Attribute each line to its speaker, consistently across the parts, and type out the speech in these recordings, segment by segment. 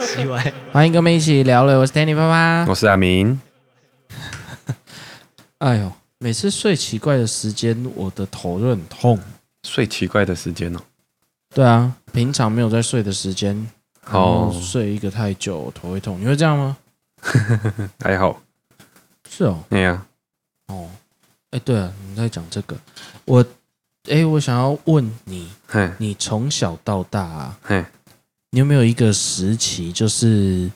Speaker 1: 奇怪，
Speaker 2: 欢迎跟我们一起聊了，我是 Danny 爸爸。
Speaker 3: 我是阿明，
Speaker 2: 哎呦，每次睡奇怪的时间，我的头就很痛。
Speaker 3: 睡奇怪的时间哦。
Speaker 2: 对啊，平常没有在睡的时间，然后
Speaker 3: 哦，
Speaker 2: 睡一个太久头会痛。你会这样吗？
Speaker 3: 还好，
Speaker 2: 是哦，
Speaker 3: 哎呀，
Speaker 2: 哦，哎，对啊，你在讲这个，我，哎，我想要问你，
Speaker 3: 嘿，
Speaker 2: 你从小到大、啊，
Speaker 3: 嘿，
Speaker 2: 你有没有一个时期就是，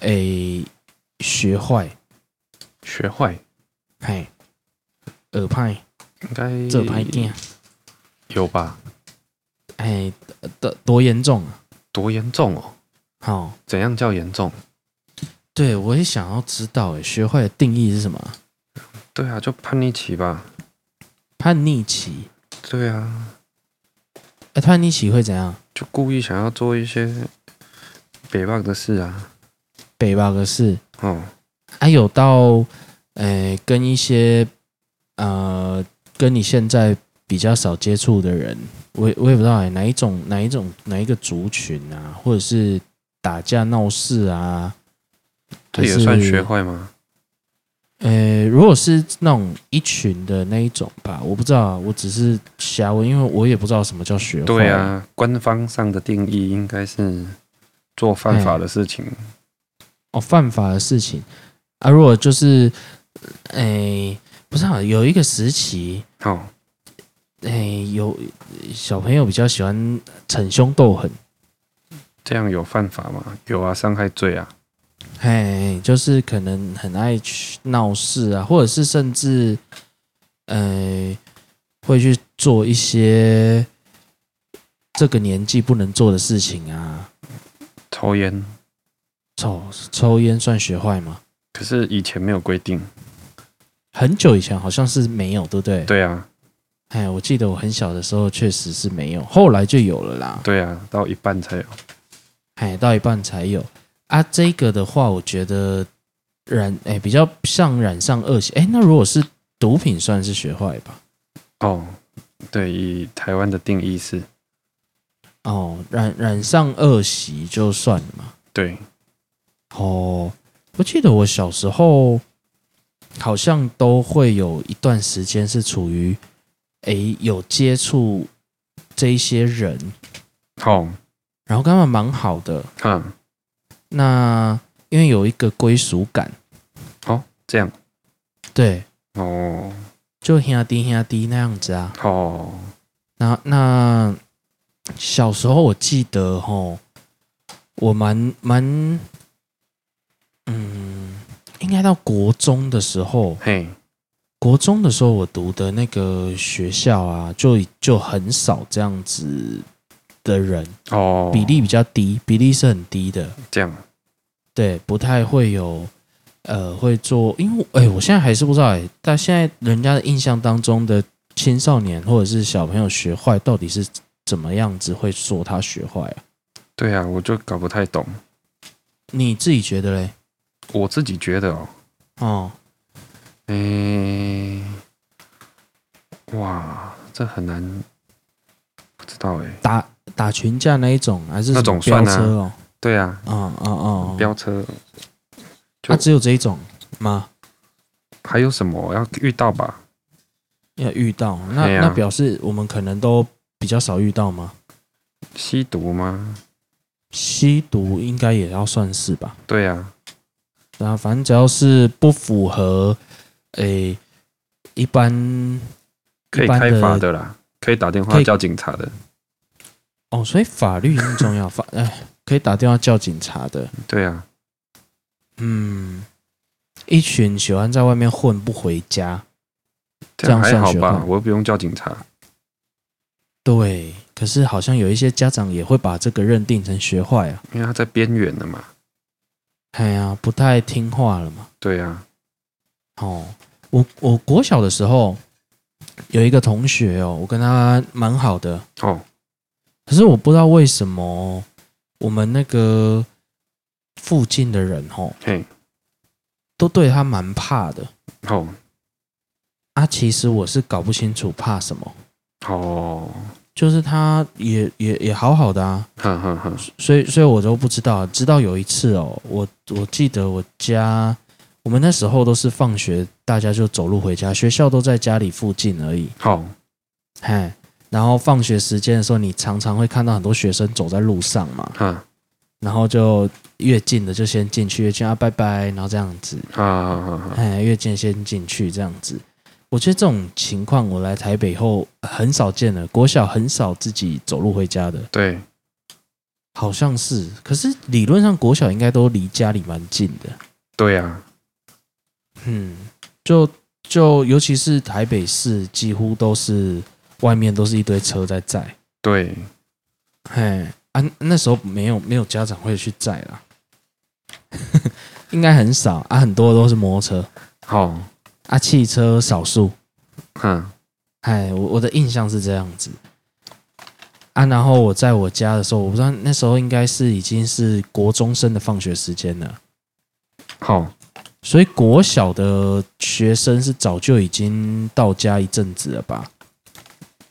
Speaker 2: 哎，学坏，
Speaker 3: 学坏
Speaker 2: 嘿，耳派，
Speaker 3: 应该
Speaker 2: 这派镜，
Speaker 3: 有吧？
Speaker 2: 哎，多多严重啊？
Speaker 3: 多严重哦？
Speaker 2: 好、
Speaker 3: 怎样叫严重？
Speaker 2: 对我也想要知道，哎，学坏的定义是什么啊？
Speaker 3: 对啊，就叛逆期吧。
Speaker 2: 叛逆期，
Speaker 3: 对啊，
Speaker 2: 哎，叛逆期会怎样？
Speaker 3: 就故意想要做一些诽谤的事啊。
Speaker 2: 北吧可是，
Speaker 3: 哦，
Speaker 2: 还、有到，呃，跟一些，呃，跟你现在比较少接触的人，我也我也不知道、哎，哪一种哪一种哪一个族群啊，或者是打架闹事啊，
Speaker 3: 这也
Speaker 2: 还是
Speaker 3: 算学坏吗？
Speaker 2: 呃，如果是那种一群的那一种吧，我不知道啊，我只是瞎问，因为我也不知道什么叫学坏。
Speaker 3: 对，啊，官方上的定义应该是做犯法的事情。
Speaker 2: 哦，犯法的事情啊，如果就是，哎、不是啊，有一个时期，
Speaker 3: 哦，
Speaker 2: 哎、有小朋友比较喜欢逞凶斗狠，
Speaker 3: 这样有犯法吗？有啊，伤害罪啊。
Speaker 2: 哎，就是可能很爱去闹事啊，或者是甚至，呃，会去做一些这个年纪不能做的事情啊。
Speaker 3: 抽烟，
Speaker 2: 抽抽烟算学坏吗？
Speaker 3: 可是以前没有规定。
Speaker 2: 很久以前好像是没有，对不对？
Speaker 3: 对啊，
Speaker 2: 哎，我记得我很小的时候确实是没有，后来就有了啦。
Speaker 3: 对啊，到一半才有。
Speaker 2: 哎，到一半才有啊。这个的话，我觉得染哎比较像染上恶习。哎，那如果是毒品，算是学坏吧？
Speaker 3: 哦，对，以台湾的定义是，
Speaker 2: 哦，染染上恶习就算了嘛。
Speaker 3: 对，
Speaker 2: 哦，我记得我小时候好像都会有一段时间是处于诶有接触这一些人，
Speaker 3: 哦，
Speaker 2: 然后跟他们蛮好的。
Speaker 3: 哈，
Speaker 2: 那因为有一个归属感，
Speaker 3: 哦这样，
Speaker 2: 对，
Speaker 3: 哦，
Speaker 2: 就兄弟兄弟那样子啊。
Speaker 3: 哦，
Speaker 2: 那那小时候我记得吼，我蛮蛮，嗯，应该到国中的时候，
Speaker 3: 嘿，
Speaker 2: 国中的时候我读的那个学校啊，就就很少这样子的人，
Speaker 3: 哦，
Speaker 2: 比例比较低，比例是很低的，
Speaker 3: 这样，
Speaker 2: 对，不太会有。呃，会做，因为哎、我现在还是不知道哎、但现在人家的印象当中的青少年或者是小朋友学坏，到底是怎么样子会说他学坏啊？
Speaker 3: 对啊，我就搞不太懂，
Speaker 2: 你自己觉得嘞？
Speaker 3: 我自己觉得哦，
Speaker 2: 哦，
Speaker 3: 诶，哇，这很难，不知道诶，
Speaker 2: 打打群架那一种，还是什
Speaker 3: 那
Speaker 2: 么
Speaker 3: 种算
Speaker 2: 飙
Speaker 3: 啊
Speaker 2: 车哦？
Speaker 3: 对啊，
Speaker 2: 啊啊啊！
Speaker 3: 飙车
Speaker 2: 它、只有这一种吗？
Speaker 3: 还有什么要遇到吧？
Speaker 2: 要遇到那、
Speaker 3: 哎呀
Speaker 2: 那表示我们可能都比较少遇到吗？
Speaker 3: 吸毒吗？
Speaker 2: 吸毒应该也要算是吧？
Speaker 3: 对啊，
Speaker 2: 对啊，反正只要是不符合诶、一般
Speaker 3: 可以
Speaker 2: 一般
Speaker 3: 开
Speaker 2: 的
Speaker 3: 罚的啦，可以打电
Speaker 2: 可
Speaker 3: 话
Speaker 2: 以
Speaker 3: 叫警察的，
Speaker 2: 哦，所以法律很重要， 法哎可以打电话叫警察的。
Speaker 3: 对啊，
Speaker 2: 嗯，一群喜欢在外面混不回家，
Speaker 3: 这样
Speaker 2: 这样
Speaker 3: 还
Speaker 2: 算
Speaker 3: 好
Speaker 2: 学
Speaker 3: 吧，
Speaker 2: 坏
Speaker 3: 我又不用叫警察，
Speaker 2: 对，可是好像有一些家长也会把这个认定成学坏啊，
Speaker 3: 因为他在边缘了嘛，
Speaker 2: 哎呀，不太听话了嘛。
Speaker 3: 对啊，
Speaker 2: 哦，我我国小的时候有一个同学哦，我跟他蛮好的，
Speaker 3: 哦，
Speaker 2: 可是我不知道为什么我们那个附近的人哦，
Speaker 3: 嘿，
Speaker 2: 都对他蛮怕的
Speaker 3: 哦，
Speaker 2: 啊。其实我是搞不清楚怕什么，
Speaker 3: 哦，
Speaker 2: 就是他也也也好好的啊，
Speaker 3: 哈哈哈，
Speaker 2: 所以所以我都不知道，直到有一次哦，我我记得我家我们那时候都是放学大家就走路回家，学校都在家里附近而已，
Speaker 3: 好，
Speaker 2: 嘿。然后放学时间的时候，你常常会看到很多学生走在路上嘛，
Speaker 3: 哈
Speaker 2: 然后就越近的就先进去，越近啊拜拜，然后这样子，
Speaker 3: 哈哈哈，
Speaker 2: 哎，越近先进去这样子。我觉得这种情况我来台北后很少见了，国小很少自己走路回家的，
Speaker 3: 对，
Speaker 2: 好像是。可是理论上国小应该都离家里蛮近的，
Speaker 3: 对啊，
Speaker 2: 嗯，就就尤其是台北市，几乎都是外面都是一堆车在载，
Speaker 3: 对，
Speaker 2: 嘿啊，那时候没有没有家长会去载啦， 应该很少啊，很多都是摩托车
Speaker 3: 好，
Speaker 2: 啊，汽车少数。
Speaker 3: 哈，
Speaker 2: 哎，我我的印象是这样子啊。然后我在我家的时候，我不知道那时候应该是已经是国中生的放学时间了，
Speaker 3: 好，
Speaker 2: 所以国小的学生是早就已经到家一阵子了吧，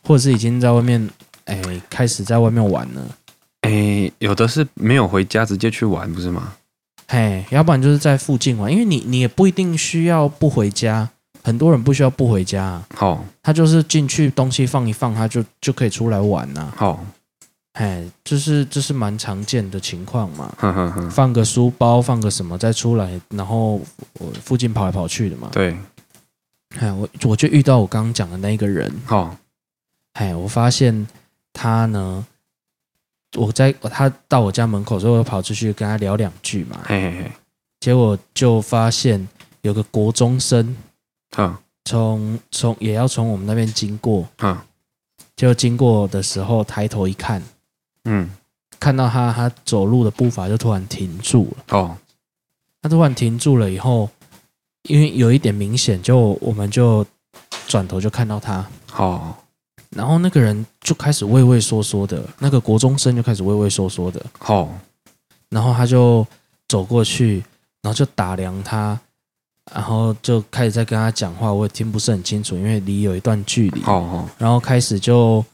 Speaker 2: 或者是已经在外面哎开始在外面玩了。
Speaker 3: 诶，有的是没有回家直接去玩，不是吗？
Speaker 2: 嘿，要不然就是在附近玩，因为你你也不一定需要不回家，很多人不需要不回家、啊，
Speaker 3: 好，
Speaker 2: 他就是进去东西放一放，他就就可以出来玩呐、啊。
Speaker 3: 好，
Speaker 2: 哎，这是这是蛮常见的情况嘛，
Speaker 3: 哈哈哈，
Speaker 2: 放个书包，放个什么再出来，然后我附近跑来跑去的嘛。
Speaker 3: 对，
Speaker 2: 哎，我我就遇到我刚刚讲的那个人，
Speaker 3: 好，
Speaker 2: 哎，我发现他呢，我在他到我家门口之后，我跑出去跟他聊两句嘛，
Speaker 3: 嘿嘿嘿，
Speaker 2: 结果就发现有个国中生
Speaker 3: 哈
Speaker 2: 从从也要从我们那边经过，
Speaker 3: 哈，
Speaker 2: 就经过的时候抬头一看，
Speaker 3: 嗯，
Speaker 2: 看到他他走路的步伐就突然停住了。
Speaker 3: 好，
Speaker 2: 他突然停住了以后，因为有一点明显，就我们就转头就看到他，
Speaker 3: 好，
Speaker 2: 然后那个人就开始畏畏缩缩的，那个国中生就开始畏畏缩缩的，
Speaker 3: 好，
Speaker 2: 然后他就走过去，然后就打量他，然后就开始在跟他讲话，我也听不是很清楚，因为离有一段距离，
Speaker 3: 好好，
Speaker 2: 然后开始就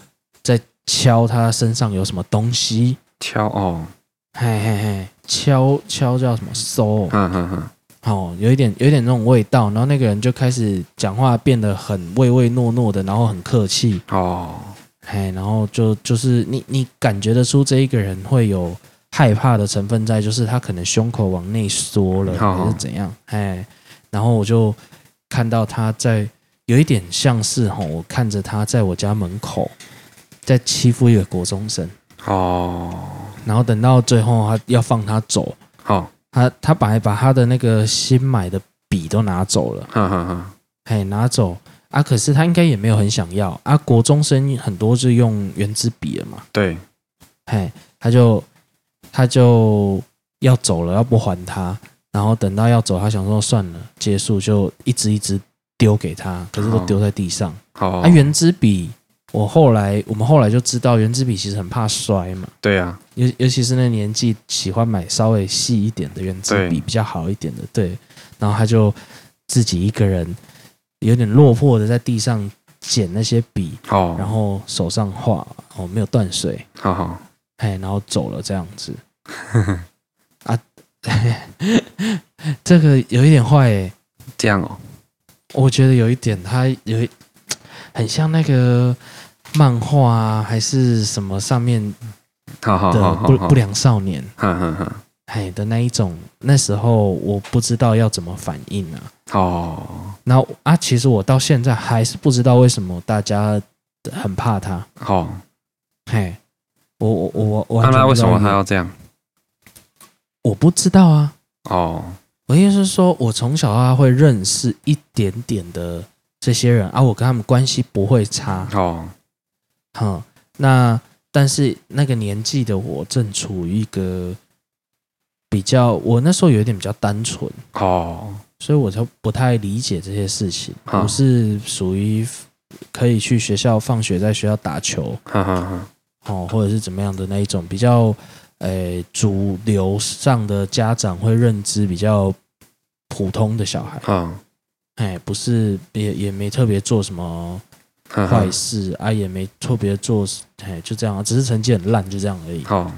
Speaker 2: 在敲他身上有什么东西，
Speaker 3: 敲哦，
Speaker 2: 嘿嘿嘿，敲敲叫什么搜哦。
Speaker 3: 哈哈哈，
Speaker 2: 哦，有一点有一点那种味道，然后那个人就开始讲话变得很唯唯诺诺的，然后很客气，
Speaker 3: 哦，
Speaker 2: 哎，然后就就是你你感觉得出这一个人会有害怕的成分在，就是他可能胸口往内缩了，
Speaker 3: 好
Speaker 2: 还是怎样，哎，然后我就看到他在有一点像是吼，我看着他在我家门口在欺负一个国中生，
Speaker 3: 哦，
Speaker 2: 然后等到最后他要放他走，
Speaker 3: 好，
Speaker 2: 他他本来把他的那个新买的笔都拿走了。
Speaker 3: 哈哈哈，
Speaker 2: 嘿，拿走啊！可是他应该也没有很想要啊。国中生很多是用圆珠笔的嘛，
Speaker 3: 对，
Speaker 2: 嘿，他就他就要走了，要不还他，然后等到要走，他想说算了，结束就一支一支丢给他，可是都
Speaker 3: 哦
Speaker 2: 丢在地上。
Speaker 3: 好
Speaker 2: 啊，，圆珠笔，我后来我们后来就知道，圆珠笔其实很怕摔嘛。
Speaker 3: 对啊，
Speaker 2: 尤尤其是那年纪，喜欢买稍微细一点的圆珠笔，
Speaker 3: 对
Speaker 2: 比较好一点的，对。然后他就自己一个人，有点落魄的在地上捡那些笔，
Speaker 3: 好，
Speaker 2: 然后手上画，哦，没有断水，
Speaker 3: 好好，
Speaker 2: 哎，然后走了这样子。 啊，这个有一点坏诶、
Speaker 3: 这样哦，
Speaker 2: 我觉得有一点，他有一很像那个漫画啊，还是什么上面
Speaker 3: 好好
Speaker 2: 的
Speaker 3: 好
Speaker 2: 不
Speaker 3: 好好
Speaker 2: 不，良少年。
Speaker 3: 哈哈哈，
Speaker 2: 哎的那一种，那时候我不知道要怎么反应啊。
Speaker 3: 哦，
Speaker 2: 然后啊，其实我到现在还是不知道为什么大家很怕他。
Speaker 3: 好，
Speaker 2: 嘿，我我我我我
Speaker 3: 啊
Speaker 2: 完全
Speaker 3: 那他
Speaker 2: 不
Speaker 3: 为
Speaker 2: 知
Speaker 3: 什
Speaker 2: 道
Speaker 3: 么他要这样？
Speaker 2: 我不知道啊。
Speaker 3: 哦，
Speaker 2: 我意思是说，我从小到大会认识一点点的这些人啊，我跟他们关系不会差。
Speaker 3: 哦，
Speaker 2: 哈、那但是那个年纪的我正处于一个比较，我那时候有一点比较单纯。
Speaker 3: 哦，
Speaker 2: 所以我就不太理解这些事情。
Speaker 3: 啊
Speaker 2: 我是属于可以去学校放学，在学校打球
Speaker 3: 哈哈哈，
Speaker 2: 哦，或者是怎么样的那一种比较，呃，主流上的家长会认知比较普通的小孩，
Speaker 3: 嗯，
Speaker 2: 哎，不是也也没特别做什么
Speaker 3: 呵呵
Speaker 2: 坏事啊，也没特别做，嘿，就这样啊，只是成绩很烂，就这样而已。
Speaker 3: 好，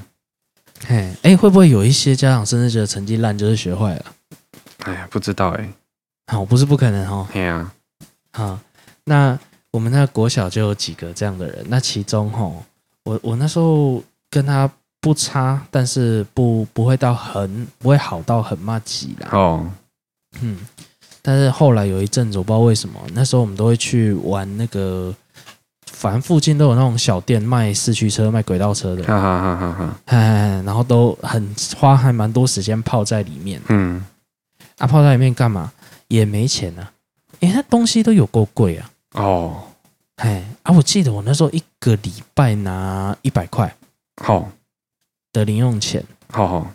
Speaker 2: 嘿，哎、会不会有一些家长甚至觉得成绩烂就是学坏了？
Speaker 3: 哎呀，不知道哎，
Speaker 2: 好，不是不可能哦。
Speaker 3: 嘿呀，
Speaker 2: 啊，那我们那个国小就有几个这样的人，那其中吼，我我那时候跟他不差，但是不不会到很不会好到很骂级啦。
Speaker 3: 哦，
Speaker 2: 嗯，但是后来有一阵子，我不知道为什么，那时候我们都会去玩那个，反正附近都有那种小店卖四驱车、卖轨道车的，
Speaker 3: 哈哈哈哈哈，
Speaker 2: 哎，然后都很花还蛮多时间泡在里面。
Speaker 3: 嗯，
Speaker 2: 啊，泡在里面干嘛？也没钱啊，因为它东西都有够贵啊。
Speaker 3: 哦，
Speaker 2: 哎，啊，我记得我那时候一个礼拜拿一百块
Speaker 3: 好，
Speaker 2: 的零用钱，
Speaker 3: 好好，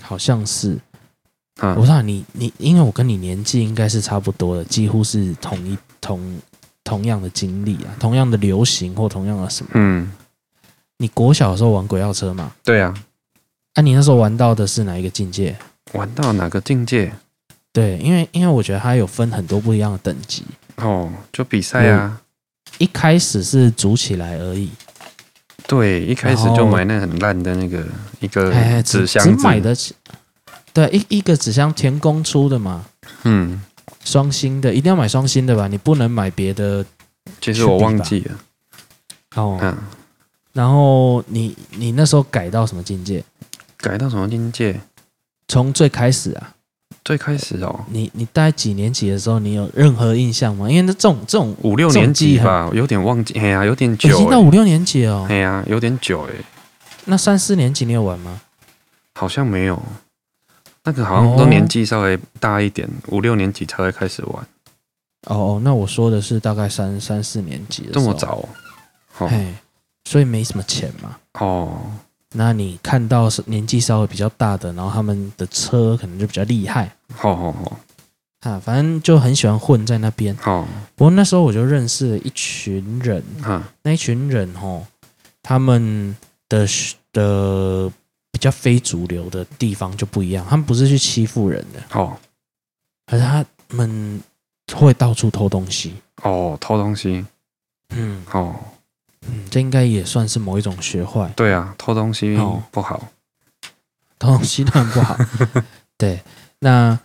Speaker 2: 好像是。我不
Speaker 3: 嗯，
Speaker 2: 知道你你，因为我跟你年纪应该是差不多的，几乎是同一同同样的经历啊，同样的流行或同样的什么。
Speaker 3: 嗯，
Speaker 2: 你国小的时候玩鬼钥车嘛？
Speaker 3: 对啊，
Speaker 2: 啊，你那时候玩到的是哪一个境界？
Speaker 3: 玩到哪个境界？
Speaker 2: 对，因为因为我觉得它有分很多不一样的等级，
Speaker 3: 哦，就比赛
Speaker 2: 嗯
Speaker 3: 啊，
Speaker 2: 一开始是组起来而已，
Speaker 3: 对，一开始
Speaker 2: 然
Speaker 3: 就
Speaker 2: 后
Speaker 3: 买那很烂的那个一
Speaker 2: 哎、
Speaker 3: 个
Speaker 2: 只
Speaker 3: 纸箱
Speaker 2: 只
Speaker 3: 子，
Speaker 2: 买得起。对，一一个纸箱田工出的嘛，
Speaker 3: 嗯，
Speaker 2: 双星的一定要买双星的吧，你不能买别的
Speaker 3: 其实我忘记了，
Speaker 2: 哦。
Speaker 3: 嗯，
Speaker 2: 然后你你那时候改到什么境界？
Speaker 3: 改到什么境界？
Speaker 2: 从最开始啊，
Speaker 3: 最开始哦，
Speaker 2: 你你大概几年级的时候，你有任何印象吗？因为那这种这种
Speaker 3: 五六
Speaker 2: 这种
Speaker 3: 年
Speaker 2: 记忆
Speaker 3: 级
Speaker 2: 很
Speaker 3: 吧，有点忘记，哎呀，有点
Speaker 2: 已经
Speaker 3: 久
Speaker 2: 到
Speaker 3: 欸，
Speaker 2: 五六年级了哦，
Speaker 3: 哎呀，有点久哎，
Speaker 2: 那三四年级你有玩吗？
Speaker 3: 好像没有，那个好像都年纪稍微大一点，五六年级才会开始玩，
Speaker 2: 哦哦，那我说的是大概三三四年级的时
Speaker 3: 这
Speaker 2: 候，
Speaker 3: 么早哦？哦
Speaker 2: 嘿，所以没什么钱嘛。
Speaker 3: 哦，
Speaker 2: 那你看到是年纪稍微比较大的，然后他们的车可能就比较厉害
Speaker 3: 好好好
Speaker 2: 啊，反正就很喜欢混在那边。
Speaker 3: 好，
Speaker 2: 不过那时候我就认识了一群人，哦
Speaker 3: 哈，
Speaker 2: 那一群人哦，他们的的呃比较非主流的地方就不一样，他们不是去欺负人的，
Speaker 3: 好
Speaker 2: 而是他们会到处偷东西。
Speaker 3: 哦，偷东西，
Speaker 2: 嗯
Speaker 3: 哦，
Speaker 2: 嗯，这应该也算是某一种学坏，
Speaker 3: 对啊，偷东西
Speaker 2: 哦
Speaker 3: 不好，
Speaker 2: 偷东西当然不好。对，那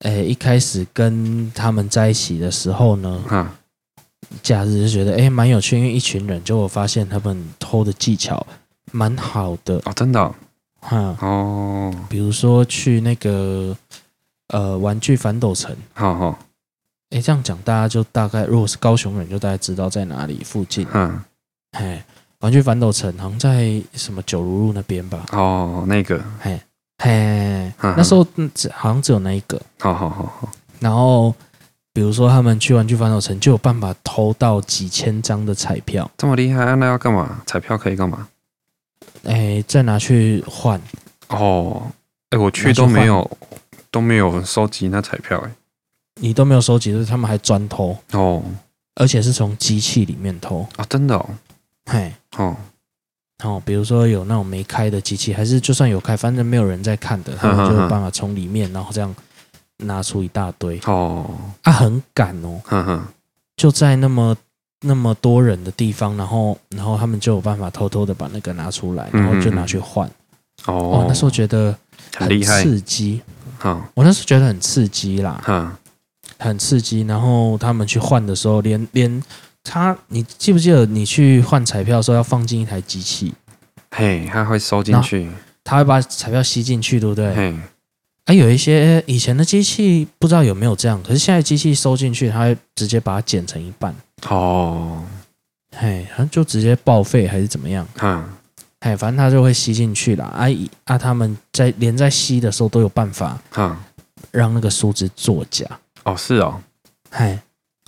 Speaker 2: 诶、一开始跟他们在一起的时候呢，
Speaker 3: 哈，
Speaker 2: 假日就觉得诶蛮、有趣，因为一群人，就我发现他们偷的技巧蛮好的
Speaker 3: 哦，真的哦
Speaker 2: 哈，
Speaker 3: 哦，
Speaker 2: 比如说去那个呃玩具反斗城。
Speaker 3: 好好，
Speaker 2: 诶，这样讲大家就大概，如果是高雄人，就大概知道在哪里附近。
Speaker 3: 哈，
Speaker 2: 嘿，玩具反斗城好像在什么九如路那边吧？
Speaker 3: 哦，那个，
Speaker 2: 嘿，嘿，
Speaker 3: 嗯
Speaker 2: 那时候嗯只好像只有那一个。
Speaker 3: 好好好好，
Speaker 2: 然后比如说他们去玩具反斗城就有办法偷到几千张的彩票，
Speaker 3: 这么厉害，啊那要干嘛？彩票可以干嘛？
Speaker 2: 哎，再拿去换。
Speaker 3: 哦，哎，我
Speaker 2: 拿
Speaker 3: 去
Speaker 2: 去
Speaker 3: 都
Speaker 2: 换
Speaker 3: 没有都没有收集那彩票，哎，
Speaker 2: 你都没有收集，就是他们还专偷，
Speaker 3: 哦，
Speaker 2: 而且是从机器里面偷。
Speaker 3: 啊，真的哦，
Speaker 2: 嘿，
Speaker 3: 哦，
Speaker 2: 哦，比如说有那种没开的机器，还是就算有开，反正没有人在看的，他们就有办法从里面，然后这样拿出一大堆。
Speaker 3: 哦，
Speaker 2: 啊，很赶哦，
Speaker 3: 哼哼，
Speaker 2: 就在那么那么多人的地方，然后然后他们就有办法偷偷的把那个拿出来，
Speaker 3: 嗯
Speaker 2: 然后就拿去换。
Speaker 3: 哦
Speaker 2: 哦，，那时候觉得很
Speaker 3: 很厉害，
Speaker 2: 刺激，
Speaker 3: 哈
Speaker 2: 我那时候觉得很刺激啦，
Speaker 3: 哈，
Speaker 2: 很刺激。然后他们去换的时候，连连他，你记不记得你去换彩票的时候要放进一台机器，
Speaker 3: 嘿，它会收进去，
Speaker 2: 它会把彩票吸进去，对不对？
Speaker 3: 嘿，
Speaker 2: 啊，有一些以前的机器不知道有没有这样，可是现在机器收进去，它会直接把它剪成一半，
Speaker 3: 哦，
Speaker 2: 嘿，它就直接报废还是怎么样？
Speaker 3: 哈，
Speaker 2: 哎，反正它就会吸进去啦。啊以啊，他们在连在吸的时候都有办法
Speaker 3: 哈，
Speaker 2: 让那个数值作假，
Speaker 3: 哦，是哦，
Speaker 2: 哎，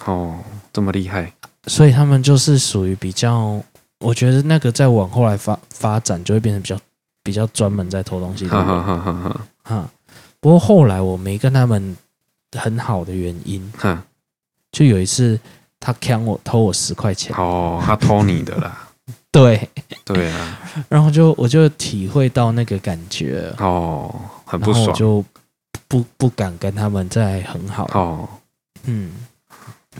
Speaker 3: 哦，这么厉害，
Speaker 2: 所以他们就是属于比较，我觉得那个再往后来发发展就会变成比较比较专门在偷东西的
Speaker 3: 哈哈
Speaker 2: 人
Speaker 3: 哈哈哈，
Speaker 2: 哈。不过后来我没跟他们很好的原因，
Speaker 3: 哈，
Speaker 2: 就有一次他抢我偷我十块钱，
Speaker 3: 哦，他偷你的 啦，
Speaker 2: 对，
Speaker 3: 对啊，
Speaker 2: 然后就我就体会到那个感觉了，
Speaker 3: 哦，很不
Speaker 2: 然后我
Speaker 3: 爽，
Speaker 2: 就不不敢跟他们再很好了
Speaker 3: 哦，
Speaker 2: 嗯，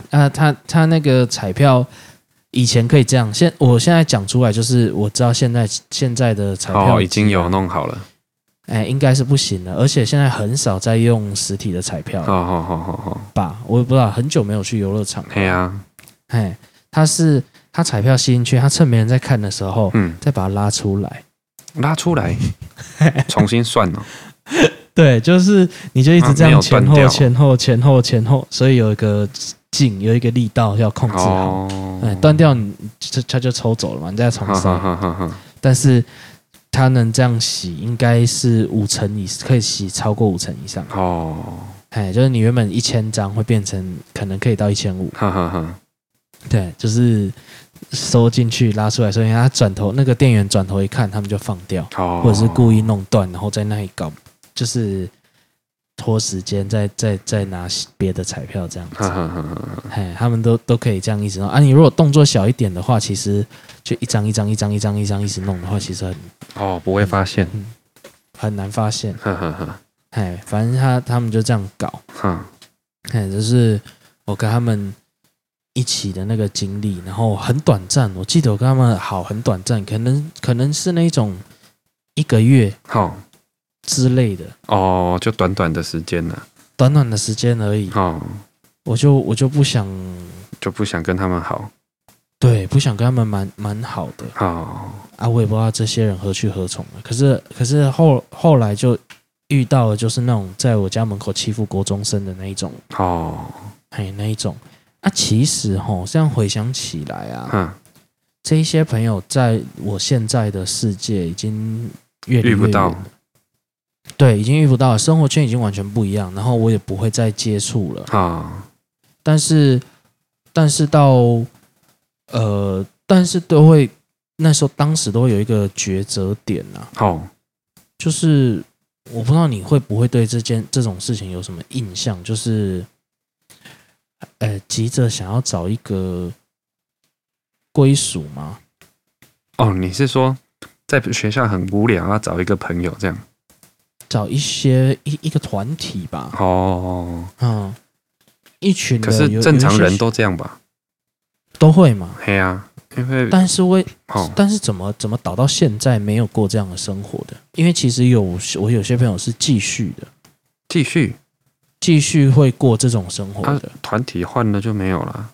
Speaker 2: 啊，他他那个彩票以前可以这样，现我现在讲出来就是我知道现在现在的彩票、啊
Speaker 3: 哦，已经有弄好了，
Speaker 2: 哎，应该是不行了，而且现在很少在用实体的彩票了
Speaker 3: 好好好好好，
Speaker 2: 吧，我也不知道，很久没有去游乐场了。
Speaker 3: 哦嘿啊，
Speaker 2: 哎，他是他彩票吸进去，他趁没人在看的时候，
Speaker 3: 嗯，
Speaker 2: 再把它拉出来。
Speaker 3: 拉 出来，重新算哦，
Speaker 2: 对，就是你就一直这
Speaker 3: 啊
Speaker 2: 样
Speaker 3: 没有
Speaker 2: 前
Speaker 3: 断
Speaker 2: 后
Speaker 3: 掉
Speaker 2: 前后前后前后，所以有一个劲，有一个力道要控制好。
Speaker 3: 哦，
Speaker 2: 哎，断掉你就他就抽走了嘛，你再重
Speaker 3: 哈哈
Speaker 2: 上。
Speaker 3: 哈哈哈，
Speaker 2: 但是他能这样洗，应该是五成以可以洗超过五成以上。
Speaker 3: 哦，
Speaker 2: 哎，就是你原本一千张会变成可能可以到一千五。
Speaker 3: 哈哈哈，
Speaker 2: 对，就是收进去拉出来，所以他转头那个店员转头一看，他们就放掉，
Speaker 3: 哦，
Speaker 2: 或者是故意弄断，然后在那里搞，就是拖时间，再再再拿别的彩票这样
Speaker 3: 哈
Speaker 2: 子。
Speaker 3: 哈哈哈，
Speaker 2: 哎，他们都都可以这样一直弄啊。你如果动作小一点的话，其实就一张一张一张一张一张一直弄的话，其实很
Speaker 3: 哦，不会发现，
Speaker 2: 很难发现。
Speaker 3: 哈哈哈，
Speaker 2: 哎，反正他他们就这样搞。
Speaker 3: 哈，
Speaker 2: 哎，就是我跟他们一起的那个经历，然后很短暂。我记得我跟他们好很短暂，可能可能是那种一个月
Speaker 3: 好，
Speaker 2: 之类的，
Speaker 3: 哦，就短短的时间了，
Speaker 2: 短短的时间而已。
Speaker 3: 哦，
Speaker 2: 我就我就不想，
Speaker 3: 就不想跟他们好，
Speaker 2: 对，不想跟他们蛮蛮好的
Speaker 3: 哦，
Speaker 2: 啊。我也不知道这些人何去何从了。可是可是后后来就遇到了，就是那种在我家门口欺负国中生的那一种，
Speaker 3: 哦，
Speaker 2: 哎，那一种。啊，其实吼，这样回想起来啊，
Speaker 3: 哈，
Speaker 2: 这一些朋友在我现在的世界已经越离
Speaker 3: 遇
Speaker 2: 越
Speaker 3: 不
Speaker 2: 远
Speaker 3: 到
Speaker 2: 了，对，已经遇不到了，生活圈已经完全不一样，然后我也不会再接触了。
Speaker 3: 啊，
Speaker 2: 但是，但是到呃，但是都会那时候当时都会有一个抉择点啊，
Speaker 3: 哦，
Speaker 2: 就是我不知道你会不会对这件这种事情有什么印象，就是呃，急着想要找一个归属吗？
Speaker 3: 哦，你是说在学校很无聊，要找一个朋友这样？
Speaker 2: 找一些一一个团体吧，
Speaker 3: 哦，
Speaker 2: 嗯，一群的
Speaker 3: 可是
Speaker 2: 有
Speaker 3: 正常
Speaker 2: 有一
Speaker 3: 人
Speaker 2: 些
Speaker 3: 都这样吧？
Speaker 2: 都会嘛，
Speaker 3: 嘿啊，因为
Speaker 2: 但是为、
Speaker 3: 哦，
Speaker 2: 但是怎么怎么导到现在没有过这样的生活的？因为其实有我有些朋友是继续的，
Speaker 3: 继续
Speaker 2: 继续会过这种生活
Speaker 3: 啊
Speaker 2: 的，，
Speaker 3: 团体换了就没有了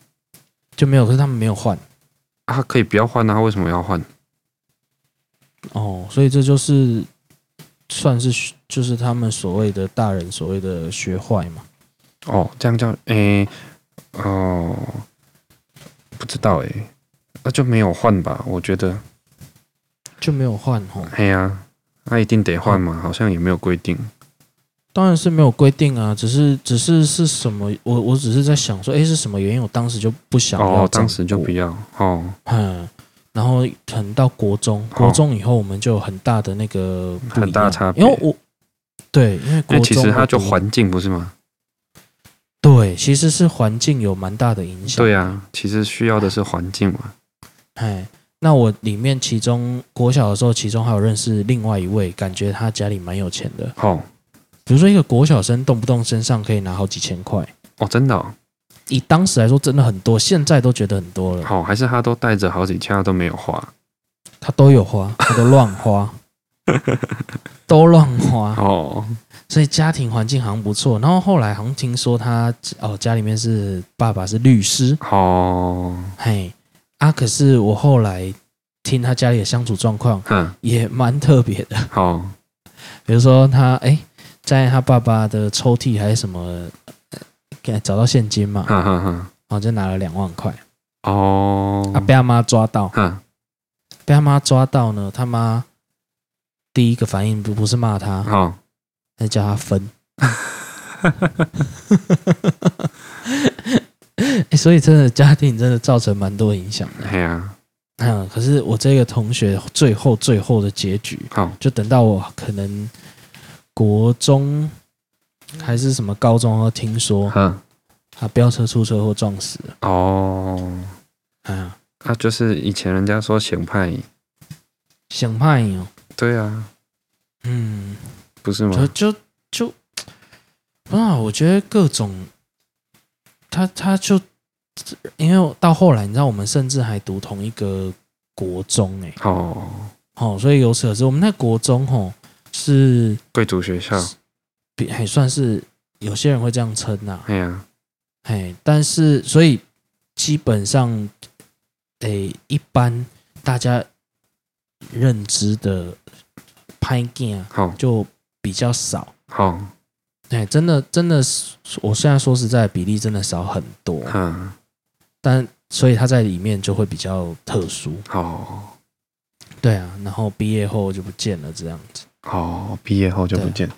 Speaker 2: 就没有，可是他们没有换
Speaker 3: 啊，可以不要换啊，为什么要换？
Speaker 2: 哦，所以这就是算是就是他们所谓的大人所谓的学坏嘛，
Speaker 3: 哦，这样叫诶、哦，不知道诶、那就没有换吧？我觉得，
Speaker 2: 就没有换哦。
Speaker 3: 嘿啊，那、一定得换嘛，好像也没有规定。
Speaker 2: 当然是没有规定啊，只是只是是什么，我我只是在想说，诶，是什么原因？我当时就不想要这样
Speaker 3: 哦
Speaker 2: 过，，
Speaker 3: 当时就不要哦，
Speaker 2: 嗯，然后可能到国中，
Speaker 3: 哦
Speaker 2: 国中以后我们就有很大的那个不一样
Speaker 3: 很大差别
Speaker 2: 因为我对，因为
Speaker 3: 因
Speaker 2: 国中
Speaker 3: 为其实它就
Speaker 2: 我读
Speaker 3: 环境不是吗？
Speaker 2: 对，其实是环境有蛮大的影响。
Speaker 3: 对啊，其实需要的是环境嘛。
Speaker 2: 哎，那我里面其中国小的时候，其中还有认识另外一位，感觉他家里蛮有钱的，
Speaker 3: 哦
Speaker 2: 比如说一个国小生动不动身上可以拿好几千块。
Speaker 3: 哦，真的哦。
Speaker 2: 以当时来说，真的很多，现在都觉得很多了。
Speaker 3: 好、哦还是他都带着好几枪都没有花。
Speaker 2: 他都有花，他都乱 花，都乱花，
Speaker 3: 哦，
Speaker 2: 所以家庭环境好像不错。然后后来好像听说他哦，家里面是爸爸是律师，
Speaker 3: 哦，
Speaker 2: 嘿啊，可是我后来听他家里的相处状况
Speaker 3: 哼，哦
Speaker 2: 也蛮特别的，
Speaker 3: 好，
Speaker 2: 比如说他哎，在他爸爸的抽屉还是什么，呃给找到现金嘛，然
Speaker 3: 哈哈哈，
Speaker 2: 后就拿了两万块，啊，
Speaker 3: 哦，
Speaker 2: 被他妈抓到，
Speaker 3: 哈，
Speaker 2: 被他妈抓到呢，他妈第一个反应不不是骂他，
Speaker 3: 好，
Speaker 2: 那叫他分。 欸所以真的家庭真的造成蛮多影响的。
Speaker 3: 嘿呀，
Speaker 2: 嗯，可是我这个同学最后最后的结局，
Speaker 3: 好，
Speaker 2: 就等到我可能国中还是什么高中，然后听说
Speaker 3: 哼，
Speaker 2: 他飙车出车祸撞死了。
Speaker 3: 哦，
Speaker 2: 啊，
Speaker 3: 那、就是以前人家说显派，
Speaker 2: 想派哦，
Speaker 3: 对啊，
Speaker 2: 嗯，
Speaker 3: 不是吗
Speaker 2: 就？就就，不知道，我觉得各种他他就因为到后来，你知道，我们甚至还读同一个国中、欸，哎，
Speaker 3: 哦，
Speaker 2: 哦，所以由此可知，我们那国中吼是
Speaker 3: 贵族学校，
Speaker 2: 比还算是有些人会这样称呐、
Speaker 3: 哎呀，
Speaker 2: 嘿，但是所以基本上，诶、一般大家认知的拍镜
Speaker 3: 好，
Speaker 2: 就比较少。
Speaker 3: 好，
Speaker 2: 哎，真的，真的是，我现在说实在，比例真的少很多，
Speaker 3: 嗯，
Speaker 2: 但所以他在里面就会比较特殊。
Speaker 3: 好，
Speaker 2: 对啊，然后毕业后就不见了这样子。
Speaker 3: 好，毕业后就不
Speaker 2: 对
Speaker 3: 见，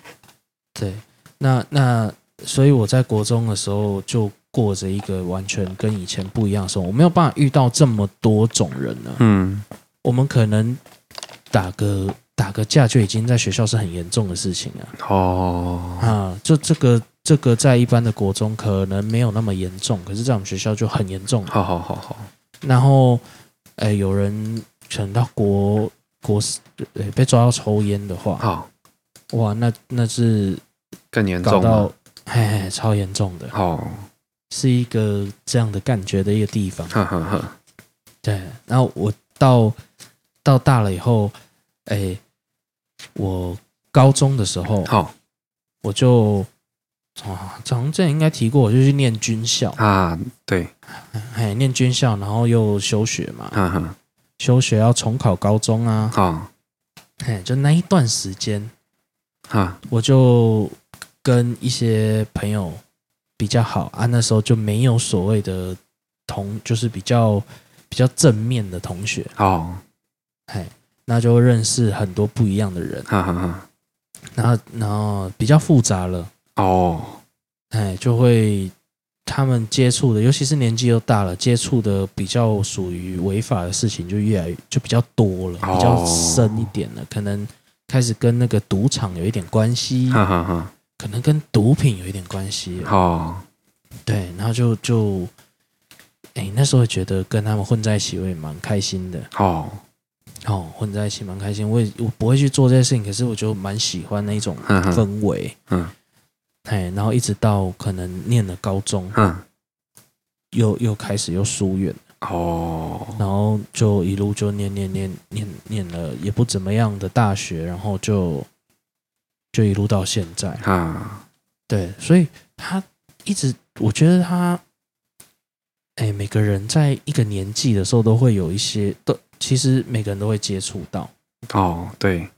Speaker 2: 对，那那所以我在国中的时候就过着一个完全跟以前不一样的生活，我没有办法遇到这么多种人了。
Speaker 3: 嗯，
Speaker 2: 我们可能打个打个架就已经在学校是很严重的事情了
Speaker 3: 哦，
Speaker 2: 啊！就这个这个在一般的国中可能没有那么严重，可是，在我们学校就很严重啊了。
Speaker 3: 好好好好，
Speaker 2: 然后，哎，有人可能到国国呃被抓到抽烟的话，
Speaker 3: 好，
Speaker 2: 哇，那那是
Speaker 3: 更严
Speaker 2: 搞
Speaker 3: 重
Speaker 2: 到
Speaker 3: 了，
Speaker 2: 嘿嘿超严重的，
Speaker 3: 好，
Speaker 2: 是一个这样的感觉的一个地方。
Speaker 3: 哈哈哈，
Speaker 2: 对，然后我到到大了以后，哎，我高中的时候，
Speaker 3: 好
Speaker 2: 我就啊，好像之前应该提过，我就去念军校，
Speaker 3: 啊，对，
Speaker 2: 哎，念军校，然后又休学嘛，
Speaker 3: 哈哈，
Speaker 2: 休学要重考高中啊，
Speaker 3: 好，
Speaker 2: 哎，就那一段时间，
Speaker 3: 哈，
Speaker 2: 我就跟一些朋友比较好啊，那时候就没有所谓的同，就是比较比较正面的同学，
Speaker 3: 好，
Speaker 2: 哎，那就认识很多不一样的人，
Speaker 3: 哈哈哈，
Speaker 2: 然后然后比较复杂了。
Speaker 3: 哦，
Speaker 2: 哎，就会他们接触的，尤其是年纪又大了，接触的比较属于违法的事情就越来越就比较多了，
Speaker 3: 哦
Speaker 2: 比较深一点了，可能开始跟那个赌场有一点关系，
Speaker 3: 哈哈哈，
Speaker 2: 可能跟毒品有一点关系了，
Speaker 3: 好，
Speaker 2: 对，然后就就。哎，那时候觉得跟他们混在一起，我也蛮开心的。
Speaker 3: 好，
Speaker 2: 哦，混在一起蛮开心。我也我不会去做这些事情，可是我就蛮喜欢那一种
Speaker 3: 哈哈，
Speaker 2: 氛围。
Speaker 3: 嗯
Speaker 2: 哎，然后一直到可能念了高中，
Speaker 3: 嗯，
Speaker 2: 又又开始又疏远，
Speaker 3: 哦，
Speaker 2: 然后就一路就念念念念念了也不怎么样的大学，然后就就一路到现在。
Speaker 3: 哈，
Speaker 2: 对，所以他一直我觉得他，哎，每个人在一个年纪的时候都会有一些，都其实每个人都会接触到。
Speaker 3: 哦，对，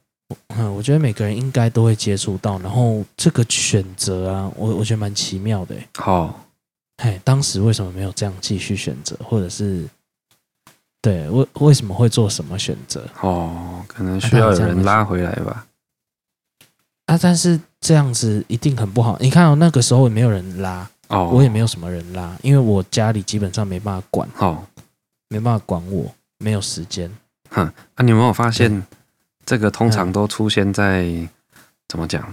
Speaker 2: 嗯，我觉得每个人应该都会接触到，然后这个选择啊，我我觉得蛮奇妙的欸。
Speaker 3: 好，
Speaker 2: 哎，当时为什么没有这样继续选择，或者是对为为什么会做什么选择？
Speaker 3: 哦，可能需要有人拉回来吧，
Speaker 2: 啊，但是这样子一定很不好。你看、哦、那个时候也没有人拉，
Speaker 3: 哦，
Speaker 2: 我也没有什么人拉，因为我家里基本上没办法管，
Speaker 3: 好，
Speaker 2: 没办法管我，没有时间。
Speaker 3: 啊，你有没有发现这个通常都出现在怎么讲？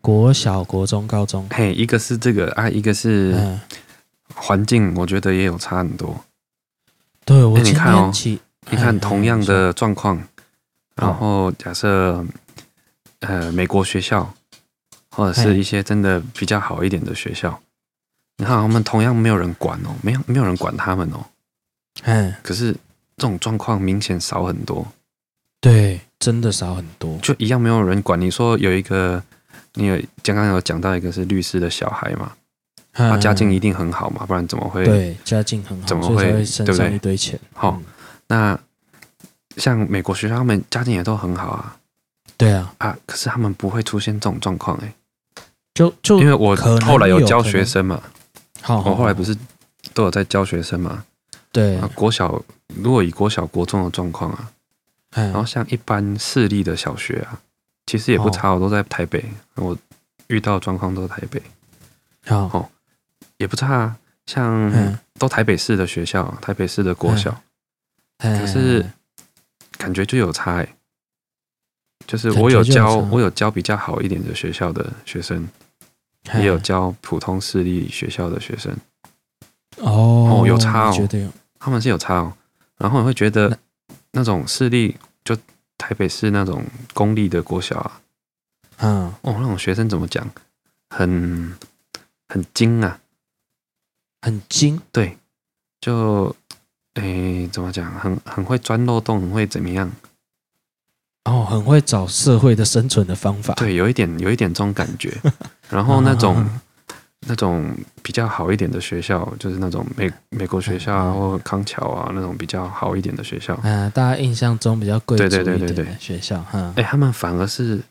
Speaker 2: 国小、国中、高中，
Speaker 3: 嘿，一个是这个啊，一个是
Speaker 2: 嗯，
Speaker 3: 环境，我觉得也有差很多。
Speaker 2: 对我
Speaker 3: 哎你
Speaker 2: 今
Speaker 3: 看哦
Speaker 2: 天起，
Speaker 3: 你看，
Speaker 2: 嗯
Speaker 3: 同样的状况，
Speaker 2: 嗯
Speaker 3: 然后假设呃，美国学校或者
Speaker 2: 哎
Speaker 3: 是一些真的比较好一点的学校，你看他们同样没有人管哦，没有没有人管他们哦，
Speaker 2: 嗯，
Speaker 3: 可是这种状况明显少很多，
Speaker 2: 对，真的少很多。
Speaker 3: 就一样没有人管。你说有一个，你有刚刚有讲到一个是律师的小孩嘛，啊，
Speaker 2: 嗯
Speaker 3: 家境一定很好嘛，不然怎么会？
Speaker 2: 对家境很好，
Speaker 3: 怎么
Speaker 2: 所以才
Speaker 3: 会
Speaker 2: 会身
Speaker 3: 对不
Speaker 2: 上
Speaker 3: 对
Speaker 2: 一堆钱？
Speaker 3: 好
Speaker 2: 嗯
Speaker 3: 那像美国学校，他们家境也都很好啊
Speaker 2: 对啊，
Speaker 3: 啊，可是他们不会出现这种状况哎、
Speaker 2: 就就
Speaker 3: 因为我
Speaker 2: 可能
Speaker 3: 后来有
Speaker 2: 有
Speaker 3: 教
Speaker 2: 可
Speaker 3: 学
Speaker 2: 能
Speaker 3: 生嘛，
Speaker 2: 好，
Speaker 3: 我
Speaker 2: 好
Speaker 3: 后来
Speaker 2: 好
Speaker 3: 不是都有在教学生嘛？
Speaker 2: 对
Speaker 3: 啊，，国小如果以国小、国中的状况啊，
Speaker 2: 哦嗯
Speaker 3: 然后像一般私立的小学啊，其实也不
Speaker 2: 哦
Speaker 3: 差，我都在台北，我遇到的状况都是台北，
Speaker 2: 好，
Speaker 3: 也不差啊。像
Speaker 2: 嗯
Speaker 3: 都台北市的学校，台北市的国小，
Speaker 2: 可
Speaker 3: 是感觉就有差哎、就是
Speaker 2: 感
Speaker 3: 我
Speaker 2: 觉
Speaker 3: 有
Speaker 2: 就有
Speaker 3: 教，
Speaker 2: 差
Speaker 3: 我有教比较好一点的学校的学生，
Speaker 2: 哎嗯
Speaker 3: 也有教普通私立学校的学生，
Speaker 2: 哦
Speaker 3: 哦有差哦
Speaker 2: 你觉得有
Speaker 3: 他们是有差哦。然后你会觉得那种私立，就台北市那种公立的国小啊，
Speaker 2: 嗯
Speaker 3: 哦，那种学生怎么讲，很很精啊，
Speaker 2: 很精，
Speaker 3: 对，就诶、怎么讲，很很会钻漏洞，很会怎么样？
Speaker 2: 然后哦很会找社会的生存的方法。
Speaker 3: 对，有一点有一点这种感 觉。然后那种
Speaker 2: 嗯
Speaker 3: 那种比较好一点的学校，就是那种美美国学校啊，
Speaker 2: 嗯
Speaker 3: 或康桥啊那种比较好一点的学校，
Speaker 2: 嗯、大家印象中比较贵族
Speaker 3: 对
Speaker 2: 一
Speaker 3: 对
Speaker 2: 点
Speaker 3: 对
Speaker 2: 的
Speaker 3: 对对
Speaker 2: 学校，嗯哈、
Speaker 3: 哎、他们反而是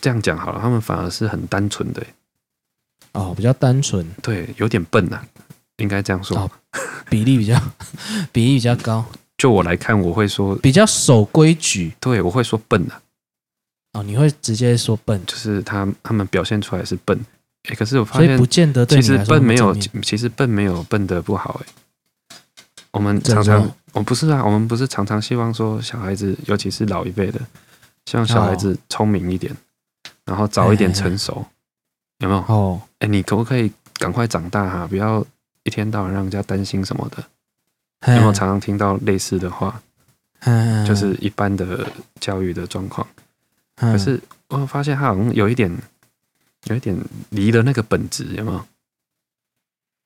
Speaker 3: 这样讲好了，他们反而是很单纯的，
Speaker 2: 哦，比较单
Speaker 3: 哎
Speaker 2: 纯，
Speaker 3: 对，有点笨呐、啊应该这样说。
Speaker 2: 哦比例比较 比例比较高，
Speaker 3: 就我来看，我会说，
Speaker 2: 比较守规矩
Speaker 3: 对我会说笨呐、
Speaker 2: 哦，你会直接说笨，
Speaker 3: 就是他他们表现出来是笨。哎、可是我发
Speaker 2: 所以
Speaker 3: 现
Speaker 2: 不见得对你
Speaker 3: 其实
Speaker 2: 来说那
Speaker 3: 笨
Speaker 2: 么
Speaker 3: 没有
Speaker 2: 正面，
Speaker 3: 其实笨没有笨的不好哎、我们
Speaker 2: 怎么
Speaker 3: 常常
Speaker 2: 说，
Speaker 3: 我不是啊，我们不是常常希望说小孩子，尤其是老一辈的，希望小孩子聪明一点，然后早一点成熟，有没有？哎、
Speaker 2: 哦，
Speaker 3: 你可不可以赶快长大哈、啊不要一天到晚让人家担心什么的。
Speaker 2: 有
Speaker 3: 有没有常常听到类似的话？
Speaker 2: 嗯，
Speaker 3: 就是一般的教育的状况。
Speaker 2: 可
Speaker 3: 可是我发现他好像有一点，有一点离了那个本质，有没有？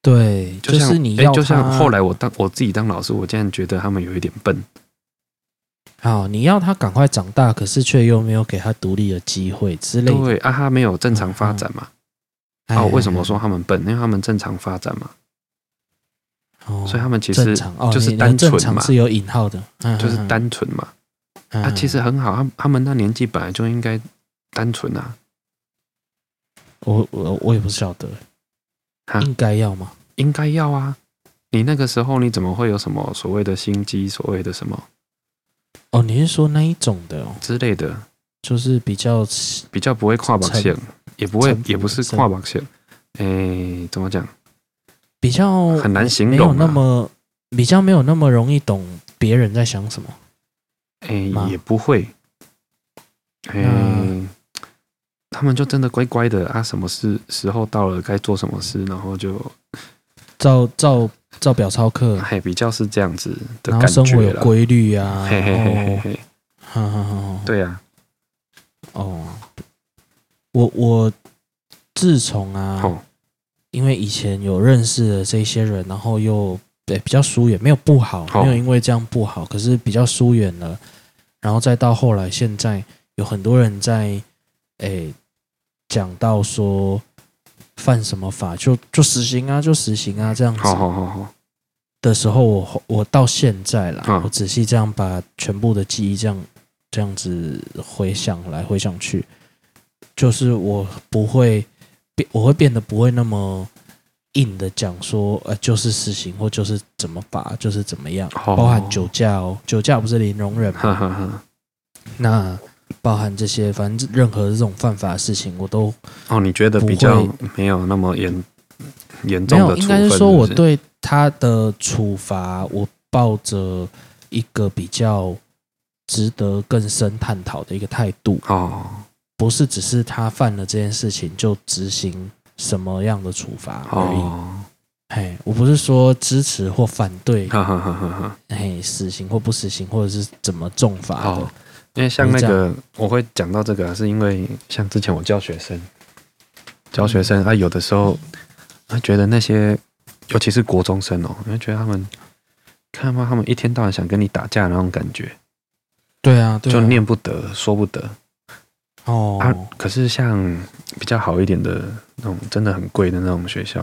Speaker 2: 对，
Speaker 3: 就像
Speaker 2: 是你
Speaker 3: 诶
Speaker 2: 要他、
Speaker 3: 就像后来我当我自己当老师，我竟然觉得他们有一点笨。
Speaker 2: 好，哦你要他赶快长大，可是却又没有给他独立的机会之类的。
Speaker 3: 对啊，他没有正常发展嘛？
Speaker 2: 哎
Speaker 3: 啊，我为什么说？他们笨？因为他们正常发展嘛，
Speaker 2: 哦
Speaker 3: 所以他们其
Speaker 2: 正
Speaker 3: 实
Speaker 2: 常哦，
Speaker 3: 就是
Speaker 2: 你你的
Speaker 3: 单纯
Speaker 2: 正常
Speaker 3: 嘛
Speaker 2: 是有引号的，嗯
Speaker 3: 就是单纯嘛。
Speaker 2: 嗯
Speaker 3: 啊，其实很好，他他们那年纪本来就应该单纯啊。
Speaker 2: 我我我也不晓得
Speaker 3: 哈，
Speaker 2: 应该要吗？
Speaker 3: 应该要啊。你那个时候你怎么会有什么所谓的心机，所谓的什么
Speaker 2: 哦，你是说那一种的哦，
Speaker 3: 之类的？
Speaker 2: 就是比较
Speaker 3: 比较不会跨绑线，也不会
Speaker 2: 城，府
Speaker 3: 也不是跨绑线。诶、怎么讲？
Speaker 2: 比较
Speaker 3: 很难形
Speaker 2: 呃没有
Speaker 3: 容、
Speaker 2: 那
Speaker 3: 啊。
Speaker 2: 么比较没有那么容易懂别人在想什么。
Speaker 3: 诶、
Speaker 2: 吗
Speaker 3: 也不会。诶、
Speaker 2: 嗯
Speaker 3: 他们就真的乖乖的啊，什么事时候到了该做什么事，然后就
Speaker 2: 照照照表操课，
Speaker 3: 还比较是这样子哎的
Speaker 2: 然后
Speaker 3: 感
Speaker 2: 生活
Speaker 3: 觉
Speaker 2: 有
Speaker 3: 了。
Speaker 2: 规律啊，
Speaker 3: 嘿嘿嘿嘿
Speaker 2: 然
Speaker 3: 嘿，
Speaker 2: 后，哈哈哈，
Speaker 3: 对啊，
Speaker 2: 哦，我我自从啊，
Speaker 3: 哦，
Speaker 2: 因为以前有认识的这些人，然后又对比较疏远，没有不好，
Speaker 3: 哦
Speaker 2: 没有因为这样不好，可是比较疏远了，然后再到后来，现在有很多人在诶讲到说犯什么法就就死刑啊，就死刑啊这样子
Speaker 3: 好好好好，
Speaker 2: 的时候，我我到现在啦，
Speaker 3: 嗯
Speaker 2: 我仔细这样把全部的记忆这样这样子回想来回想去，就是我不会变，我会变得不会那么硬的讲说，呃，就是死刑或就是怎么罚，就是怎么样，
Speaker 3: 哦
Speaker 2: 包含酒驾哦，酒驾不是零容忍嘛，
Speaker 3: 哈哈哈。
Speaker 2: 那包含这些，反正任何这种犯法的事情，我都
Speaker 3: 哦，你觉得比较没有那么严严
Speaker 2: 没
Speaker 3: 重
Speaker 2: 有，
Speaker 3: 的处
Speaker 2: 应
Speaker 3: 分
Speaker 2: 该
Speaker 3: 是
Speaker 2: 是说我
Speaker 3: 不是
Speaker 2: 对他的处罚，我抱着一个比较值得更深探讨的一个态度，
Speaker 3: 哦
Speaker 2: 不是只是他犯了这件事情就执行什么样的处罚而已。
Speaker 3: 哦，
Speaker 2: 嘿，我不是说支持或反对，
Speaker 3: 哈哈哈哈哈。
Speaker 2: 嘿，死刑或不死刑，或者是怎么重罚的。
Speaker 3: 哦，因为像那
Speaker 2: 是这
Speaker 3: 个，我会讲到这个啊、是因为像之前我教学生，教学生啊，有的时候会觉得那些，尤其是国中生哦，你会觉得他们，看嘛，他们一天到晚想跟你打架的那种感觉，
Speaker 2: 对啊，对啊，
Speaker 3: 就念不得，说不得
Speaker 2: 哦，
Speaker 3: 啊。可是像比较好一点的那种，真的很贵的那种学校，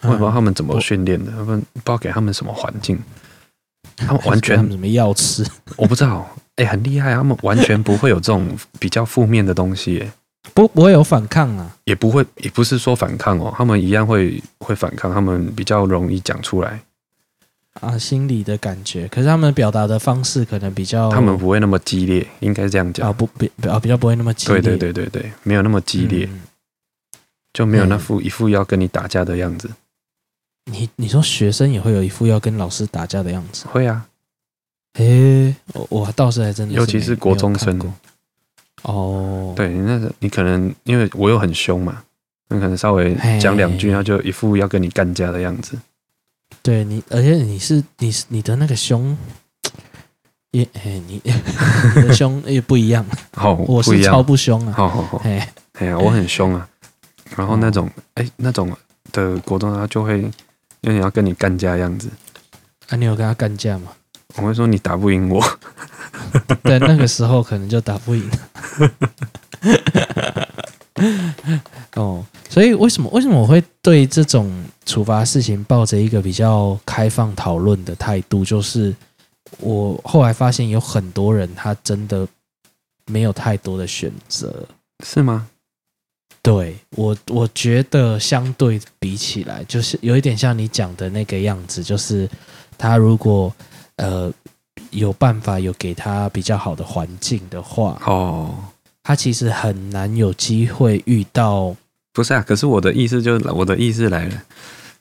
Speaker 3: 我也不知道
Speaker 2: 嗯
Speaker 3: 他们怎么
Speaker 2: 我
Speaker 3: 训练的，他们不知道给他们什么环境，他们
Speaker 2: 还
Speaker 3: 完
Speaker 2: 是给他们
Speaker 3: 全
Speaker 2: 什么药吃，
Speaker 3: 我不知道，哎、很厉害，他们完全不会有这种比较负面的东西耶、
Speaker 2: 不不会有反抗啊。
Speaker 3: 也不会，也不是说反抗哦，他们一样会会反抗，他们比较容易讲出来，
Speaker 2: 啊，心里的感觉，可是他们表达的方式可能比较，
Speaker 3: 他们不会那么激烈，应该这样讲。
Speaker 2: 啊不比啊比较不会那么激
Speaker 3: 对
Speaker 2: 烈，
Speaker 3: 对对对对，没有那么激烈，
Speaker 2: 嗯
Speaker 3: 就没有那
Speaker 2: 嗯
Speaker 3: 副一副要跟你打架的样子。
Speaker 2: 你你说学生也会有一副要跟老师打架的样子，
Speaker 3: 会啊，
Speaker 2: 诶、我我倒是还真的没，
Speaker 3: 尤其是国中生
Speaker 2: 没有看过哦，，
Speaker 3: 对，那个你可能因为我又很凶嘛，那可能稍微
Speaker 2: 嘿
Speaker 3: 讲两句，他就一副要跟你干架的样子。
Speaker 2: 对你，而且你是你是你的那个胸。也哎，你 你的胸也不一样，
Speaker 3: 好、
Speaker 2: 我
Speaker 3: 哦不
Speaker 2: 是
Speaker 3: 一
Speaker 2: 超
Speaker 3: 样。哦
Speaker 2: 不凶啊！
Speaker 3: 好好好，
Speaker 2: 哎、哦
Speaker 3: 哎呀，我很凶啊。然后那种哎、那种的国中他就会有点要跟你干架的样子。
Speaker 2: 啊，你有跟他干架吗？
Speaker 3: 我会说你打不赢我，
Speaker 2: 在那个时候可能就打不赢。哦，所以为什么为什么我会对这种处罚事情抱着一个比较开放讨论的态度？就是我后来发现有很多人他真的没有太多的选择。
Speaker 3: 是吗？
Speaker 2: 对我，我觉得相对比起来，就是有一点像你讲的那个样子，就是他如果呃有办法有给他比较好的环境的话，
Speaker 3: 哦，
Speaker 2: 他其实很难有机会遇到。
Speaker 3: 不是啊，可是我的意思就是我的意思来了，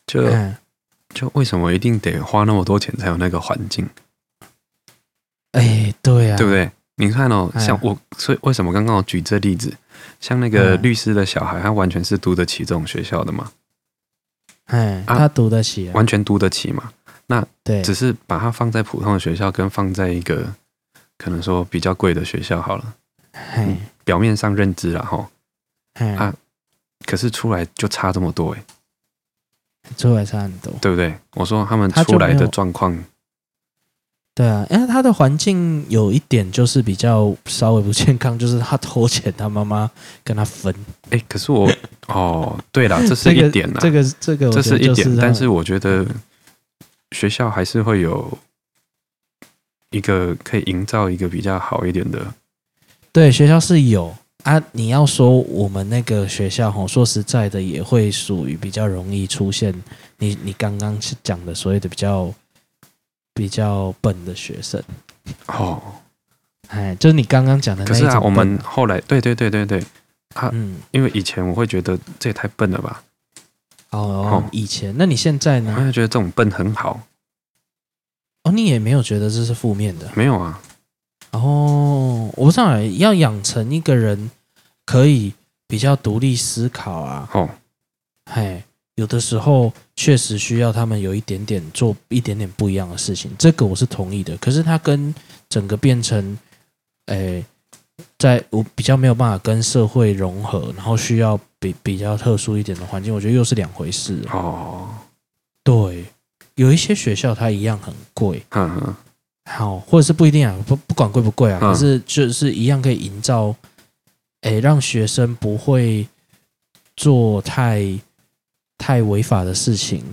Speaker 3: 就
Speaker 2: 嗯
Speaker 3: 就为什么一定得花那么多钱才有那个环境，
Speaker 2: 哎，对啊，
Speaker 3: 对不对？你看哦，
Speaker 2: 哎
Speaker 3: 像我，所以为什么刚刚我举这例子，像那个
Speaker 2: 嗯
Speaker 3: 律师的小孩，他完全是读得起这种学校的嘛，
Speaker 2: 嗯，
Speaker 3: 啊
Speaker 2: 他读得起啊，
Speaker 3: 完全读得起嘛，
Speaker 2: 对，
Speaker 3: 只是把它放在普通的学校，跟放在一个可能说比较贵的学校好了，
Speaker 2: 嘿，
Speaker 3: 表面上认知啦哈，
Speaker 2: 嘿
Speaker 3: 嗯啊可是出来就差这么多诶、
Speaker 2: 出来差很多。
Speaker 3: 对不对？我说他们
Speaker 2: 他就
Speaker 3: 出来
Speaker 2: 没
Speaker 3: 的
Speaker 2: 有
Speaker 3: 状况，
Speaker 2: 对啊，因为他的环境有一点就是比较稍微不健康，就是他偷钱，他妈妈跟他分。
Speaker 3: 哎、可是我哦，对啦， 这是
Speaker 2: 这个
Speaker 3: 一点啦，
Speaker 2: 这个这个我
Speaker 3: 这
Speaker 2: 觉得
Speaker 3: 是一
Speaker 2: 就
Speaker 3: 点，
Speaker 2: 让
Speaker 3: 但是我觉得学校还是会有一个可以营造一个比较好一点的，
Speaker 2: 对，学校是有啊。你要说我们那个学校吼，说实在的，也会属于比较容易出现你你刚刚是讲的所谓的比较比较笨的学生，
Speaker 3: 哦。
Speaker 2: 哎，就是你刚刚讲的
Speaker 3: 可
Speaker 2: 那一
Speaker 3: 是
Speaker 2: 种、
Speaker 3: 啊，我们后来，对对对对对，啊
Speaker 2: 嗯，
Speaker 3: 因为以前我会觉得这也太笨了吧，
Speaker 2: 哦
Speaker 3: 好
Speaker 2: 以前，那你现在
Speaker 3: 我
Speaker 2: 呢？
Speaker 3: 会觉得这种笨很好，
Speaker 2: 哦，你也没有觉得这是负面的
Speaker 3: 没有啊，
Speaker 2: 哦。我不知道欸，要养成一个人可以比较独立思考啊，
Speaker 3: 哦，
Speaker 2: 嘿，有的时候确实需要他们有一点点做一点点不一样的事情，这个我是同意的。可是它跟整个变成，诶、在我比较没有办法跟社会融合，然后需要比比较特殊一点的环境，我觉得又是两回事。
Speaker 3: 哦，
Speaker 2: 对，有一些学校它一样很贵，
Speaker 3: 嗯嗯，
Speaker 2: 好，或者是不一定啊，不不管贵不贵啊，可
Speaker 3: 嗯
Speaker 2: 是就是一样可以营造，诶、让学生不会做太太违法的事情，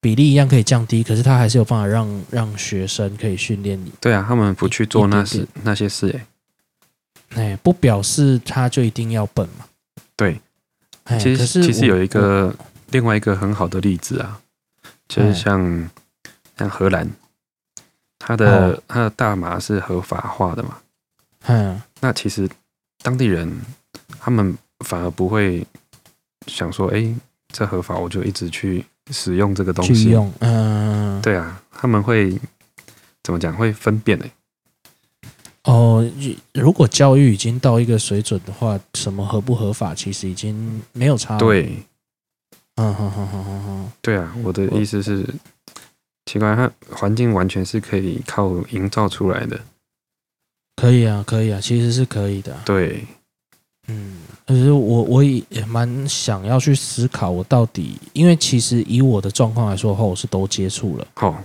Speaker 2: 比例一样可以降低，可是他还是有办法让让学生可以训练你，
Speaker 3: 对啊，他们不去做那
Speaker 2: 一
Speaker 3: 事
Speaker 2: 点
Speaker 3: 那些事、欸，
Speaker 2: 哎、不表示他就一定要笨嘛，
Speaker 3: 对，
Speaker 2: 哎、
Speaker 3: 其
Speaker 2: 可
Speaker 3: 实
Speaker 2: 是
Speaker 3: 其实
Speaker 2: 我
Speaker 3: 有一个另外一个很好的例子啊，就是
Speaker 2: 嗯
Speaker 3: 像像荷兰，它的
Speaker 2: 哦
Speaker 3: 它的大麻是合法化的嘛，
Speaker 2: 嗯
Speaker 3: 那其实当地人他们反而不会想说，哎、这合法我就一直去使用这个东
Speaker 2: 去
Speaker 3: 西，
Speaker 2: 用，嗯，
Speaker 3: 对啊，他们会怎么讲？会分辨诶、欸
Speaker 2: 哦，如果教育已经到一个水准的话，什么合不合法其实已经没有差了，
Speaker 3: 对
Speaker 2: 嗯，哼哼哼哼哼。
Speaker 3: 对啊，我的意思是，奇怪，它环境完全是可以靠营造出来的，
Speaker 2: 可以啊，可以啊，其实是可以的啊。
Speaker 3: 对。
Speaker 2: 嗯，可是我我也也蛮想要去思考，我到底因为其实以我的状况来说的话，我是都接触了，
Speaker 3: 好、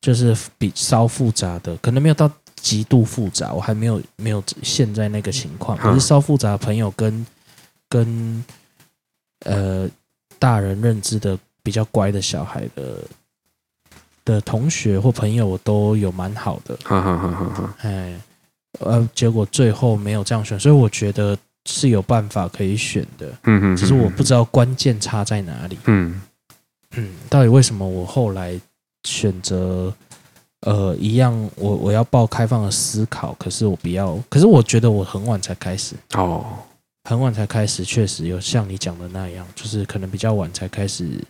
Speaker 2: 就是比稍复杂的，可能没有到极度复杂，我还没有没有陷在那个情况。可
Speaker 3: 嗯
Speaker 2: 是稍复杂的朋友跟跟呃大人认知的比较乖的小孩的的同学或朋友，我都有蛮好的。
Speaker 3: 哈哈哈哈哈！
Speaker 2: 哎，呃，结果最后没有这样选，所以我觉得是有办法可以选的，
Speaker 3: 嗯嗯，
Speaker 2: 只是我不知道关键差在哪里。
Speaker 3: 嗯，
Speaker 2: 嗯，到底为什么我后来选择呃一样，我我要抱开放的思考，可是我不要，可是我觉得我很晚才开始，
Speaker 3: 哦，
Speaker 2: 很晚才开始，确实有像你讲的那样，就是可能比较晚才开始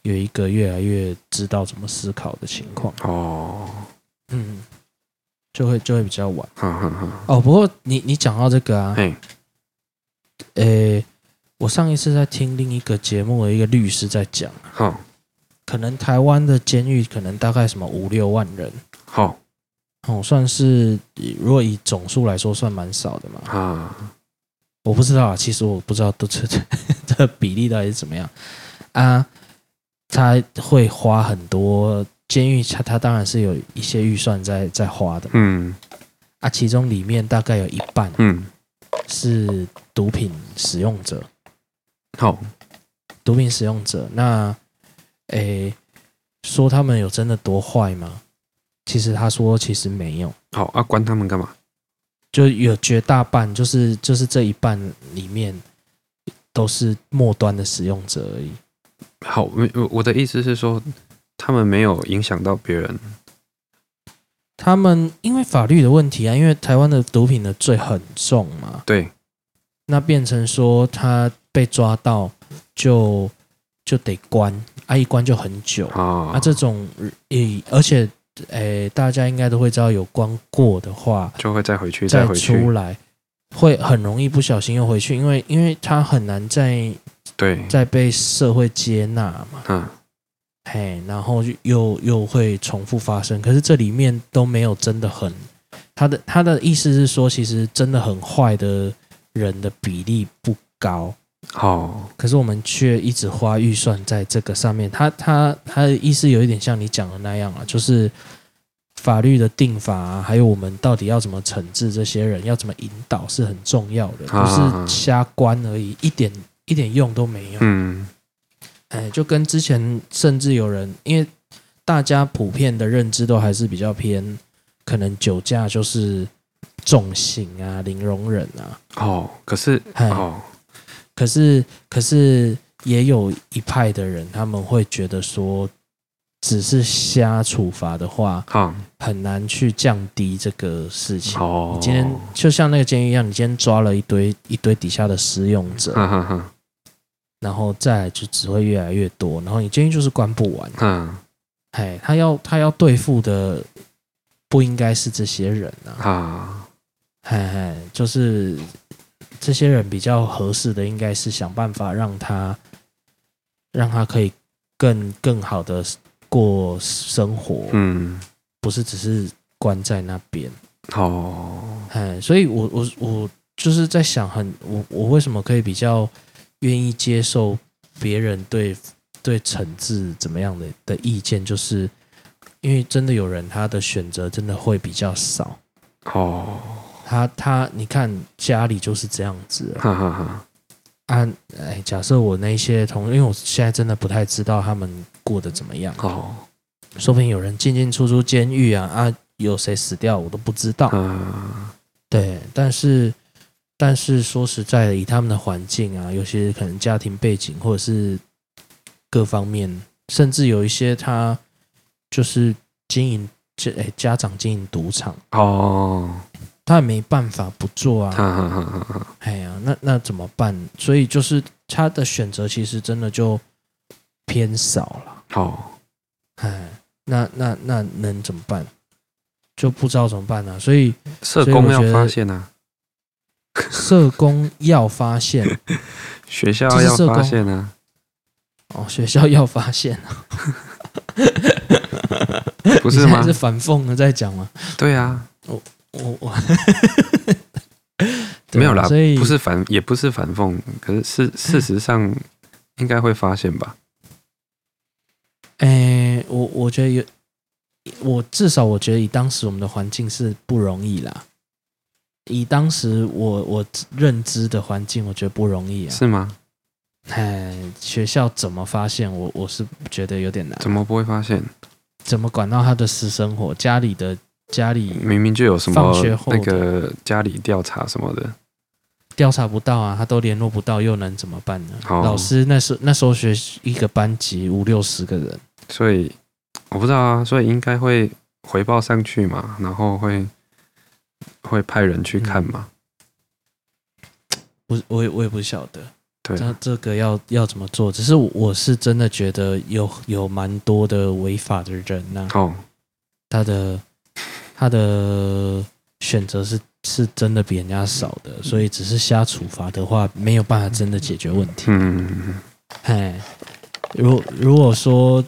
Speaker 2: 有一个越来越知道怎么思考的情况，
Speaker 3: 哦，
Speaker 2: 嗯，就会就会比较晚。
Speaker 3: 哈哈哈，
Speaker 2: 哦，不过你你讲到这个啊，
Speaker 3: 嘿，
Speaker 2: 诶，我上一次在听另一个节目的一个律师在讲，
Speaker 3: 好，
Speaker 2: 可能台湾的监狱可能大概什么五六万人，
Speaker 3: 好
Speaker 2: 哦，算是如果以总数来说算蛮少的嘛。
Speaker 3: 啊，
Speaker 2: 我不知道啊，其实我不知道都这这比例到底是怎么样啊。他会花很多监狱，他他当然是有一些预算在在花的
Speaker 3: 嗯
Speaker 2: 啊，其中里面大概有一半
Speaker 3: 嗯，
Speaker 2: 是毒品使用者，
Speaker 3: 好，
Speaker 2: 毒品使用者，那诶、说他们有真的多坏吗？其实他说其实没有，
Speaker 3: 好啊，关他们干嘛？
Speaker 2: 就有绝大半就是就是这一半里面都是末端的使用者而已。
Speaker 3: 好，没我我的意思是说，他们没有影响到别人。
Speaker 2: 他们因为法律的问题啊，因为台湾的毒品的罪很重嘛，
Speaker 3: 对，
Speaker 2: 那变成说他被抓到就就得关，啊一关就很久，
Speaker 3: 啊
Speaker 2: 啊，这种也而且诶、大家应该都会知道，有关过的话
Speaker 3: 就会再回去，
Speaker 2: 再
Speaker 3: 回去
Speaker 2: 出。来，会很容易不小心又回去，因为因为他很难再
Speaker 3: 对，
Speaker 2: 再被社会接纳嘛，
Speaker 3: 嗯，
Speaker 2: 嘿，然后就又又会重复发生。可是这里面都没有真的很，他的他的意思是说，其实真的很坏的人的比例不高。
Speaker 3: 好，
Speaker 2: 可是我们却一直花预算在这个上面。他他他的意思有一点像你讲的那样啊，就是法律的定法、啊，还有我们到底要怎么惩治这些人，要怎么引导是很重要的，不
Speaker 3: 啊
Speaker 2: 是瞎关而已，一点一点用都没有。
Speaker 3: 嗯，
Speaker 2: 哎，就跟之前甚至有人，因为大家普遍的认知都还是比较偏，可能酒驾就是重刑啊、零容忍啊，
Speaker 3: 哦，可是
Speaker 2: 哎，
Speaker 3: 哦，
Speaker 2: 可是，可是也有一派的人，他们会觉得说，只是瞎处罚的话，
Speaker 3: 好，
Speaker 2: 很难去降低这个事情。
Speaker 3: 哦，
Speaker 2: 今天就像那个监狱一样，你今天抓了一堆一堆底下的使用者，
Speaker 3: 嗯，嗯嗯
Speaker 2: 然后再来就只会越来越多，然后你监狱就是关不完。
Speaker 3: 嗯，
Speaker 2: 哎，他要他要对付的不应该是这些人啊，
Speaker 3: 啊，
Speaker 2: 哎哎，就是这些人比较合适的，应该是想办法让他让他可以更更好的过生活，
Speaker 3: 嗯，
Speaker 2: 不是只是关在那边。
Speaker 3: 哦，
Speaker 2: 哎，所以我我我就是在想很，我我为什么可以比较愿意接受别人对对惩治怎么样的的意见，就是因为真的有人他的选择真的会比较少，
Speaker 3: 哦，
Speaker 2: 他他你看家里就是这样子
Speaker 3: 哈哈哈，
Speaker 2: 啊，哎，假设我那些同，因为我现在真的不太知道他们过得怎么样，
Speaker 3: 哦，
Speaker 2: 说不定有人进进出出监狱啊啊，有谁死掉我都不知道，
Speaker 3: 嗯，
Speaker 2: 对，但是但是说实在的，以他们的环境啊，有些可能家庭背景或者是各方面，甚至有一些他就是经营家、诶家长经营赌场，
Speaker 3: 哦，
Speaker 2: 他也没办法不做
Speaker 3: 哈
Speaker 2: 啊。
Speaker 3: 哈哈哈哈，
Speaker 2: 哎呀，那那怎么办？所以就是他的选择其实真的就偏少了。
Speaker 3: 好，
Speaker 2: 哎，那那那能怎么办？就不知道怎么办啊。所以
Speaker 3: 社
Speaker 2: 所以
Speaker 3: 工
Speaker 2: 我
Speaker 3: 要
Speaker 2: 觉得
Speaker 3: 发现啊，
Speaker 2: 社工要发现
Speaker 3: 学校
Speaker 2: 这是
Speaker 3: 要
Speaker 2: 社
Speaker 3: 发
Speaker 2: 工
Speaker 3: 现啊，
Speaker 2: 哦，学校要发现。
Speaker 3: 不
Speaker 2: 你
Speaker 3: 是
Speaker 2: 现在
Speaker 3: 吗？
Speaker 2: 是反讽的在讲吗？
Speaker 3: 对啊，
Speaker 2: 我 我对啊
Speaker 3: 没有啦，
Speaker 2: 所以
Speaker 3: 不是反，也不是反讽，可是
Speaker 2: 嗯
Speaker 3: 事事实上应该会发现吧？
Speaker 2: 诶、我我觉得有，我至少我觉得以当时我们的环境是不容易啦。以当时我我认知的环境，我觉得不容易啊。
Speaker 3: 是吗？
Speaker 2: 哎，学校怎么发现我？我是觉得有点难。
Speaker 3: 怎么不会发现？
Speaker 2: 怎么管到他的私生活？家里的家里
Speaker 3: 明明就有什么
Speaker 2: 放学后的
Speaker 3: 那个家里调查什么的，
Speaker 2: 调查不到啊，他都联络不到，又能怎么办呢？
Speaker 3: 哦
Speaker 2: 老师那时那时候学一个班级五六十个人，
Speaker 3: 所以我不知道啊，所以应该会回报上去嘛，然后会会派人去看嘛，
Speaker 2: 不，我也我也不晓得。
Speaker 3: 对
Speaker 2: 那这个要要怎么做？只是我我是真的觉得有有蛮多的违法的人呐、
Speaker 3: 哦，
Speaker 2: 他的他的选择是是真的比人家少的，所以只是瞎处罚的话，没有办法真的解决问题。
Speaker 3: 嗯，
Speaker 2: 哎，如如果说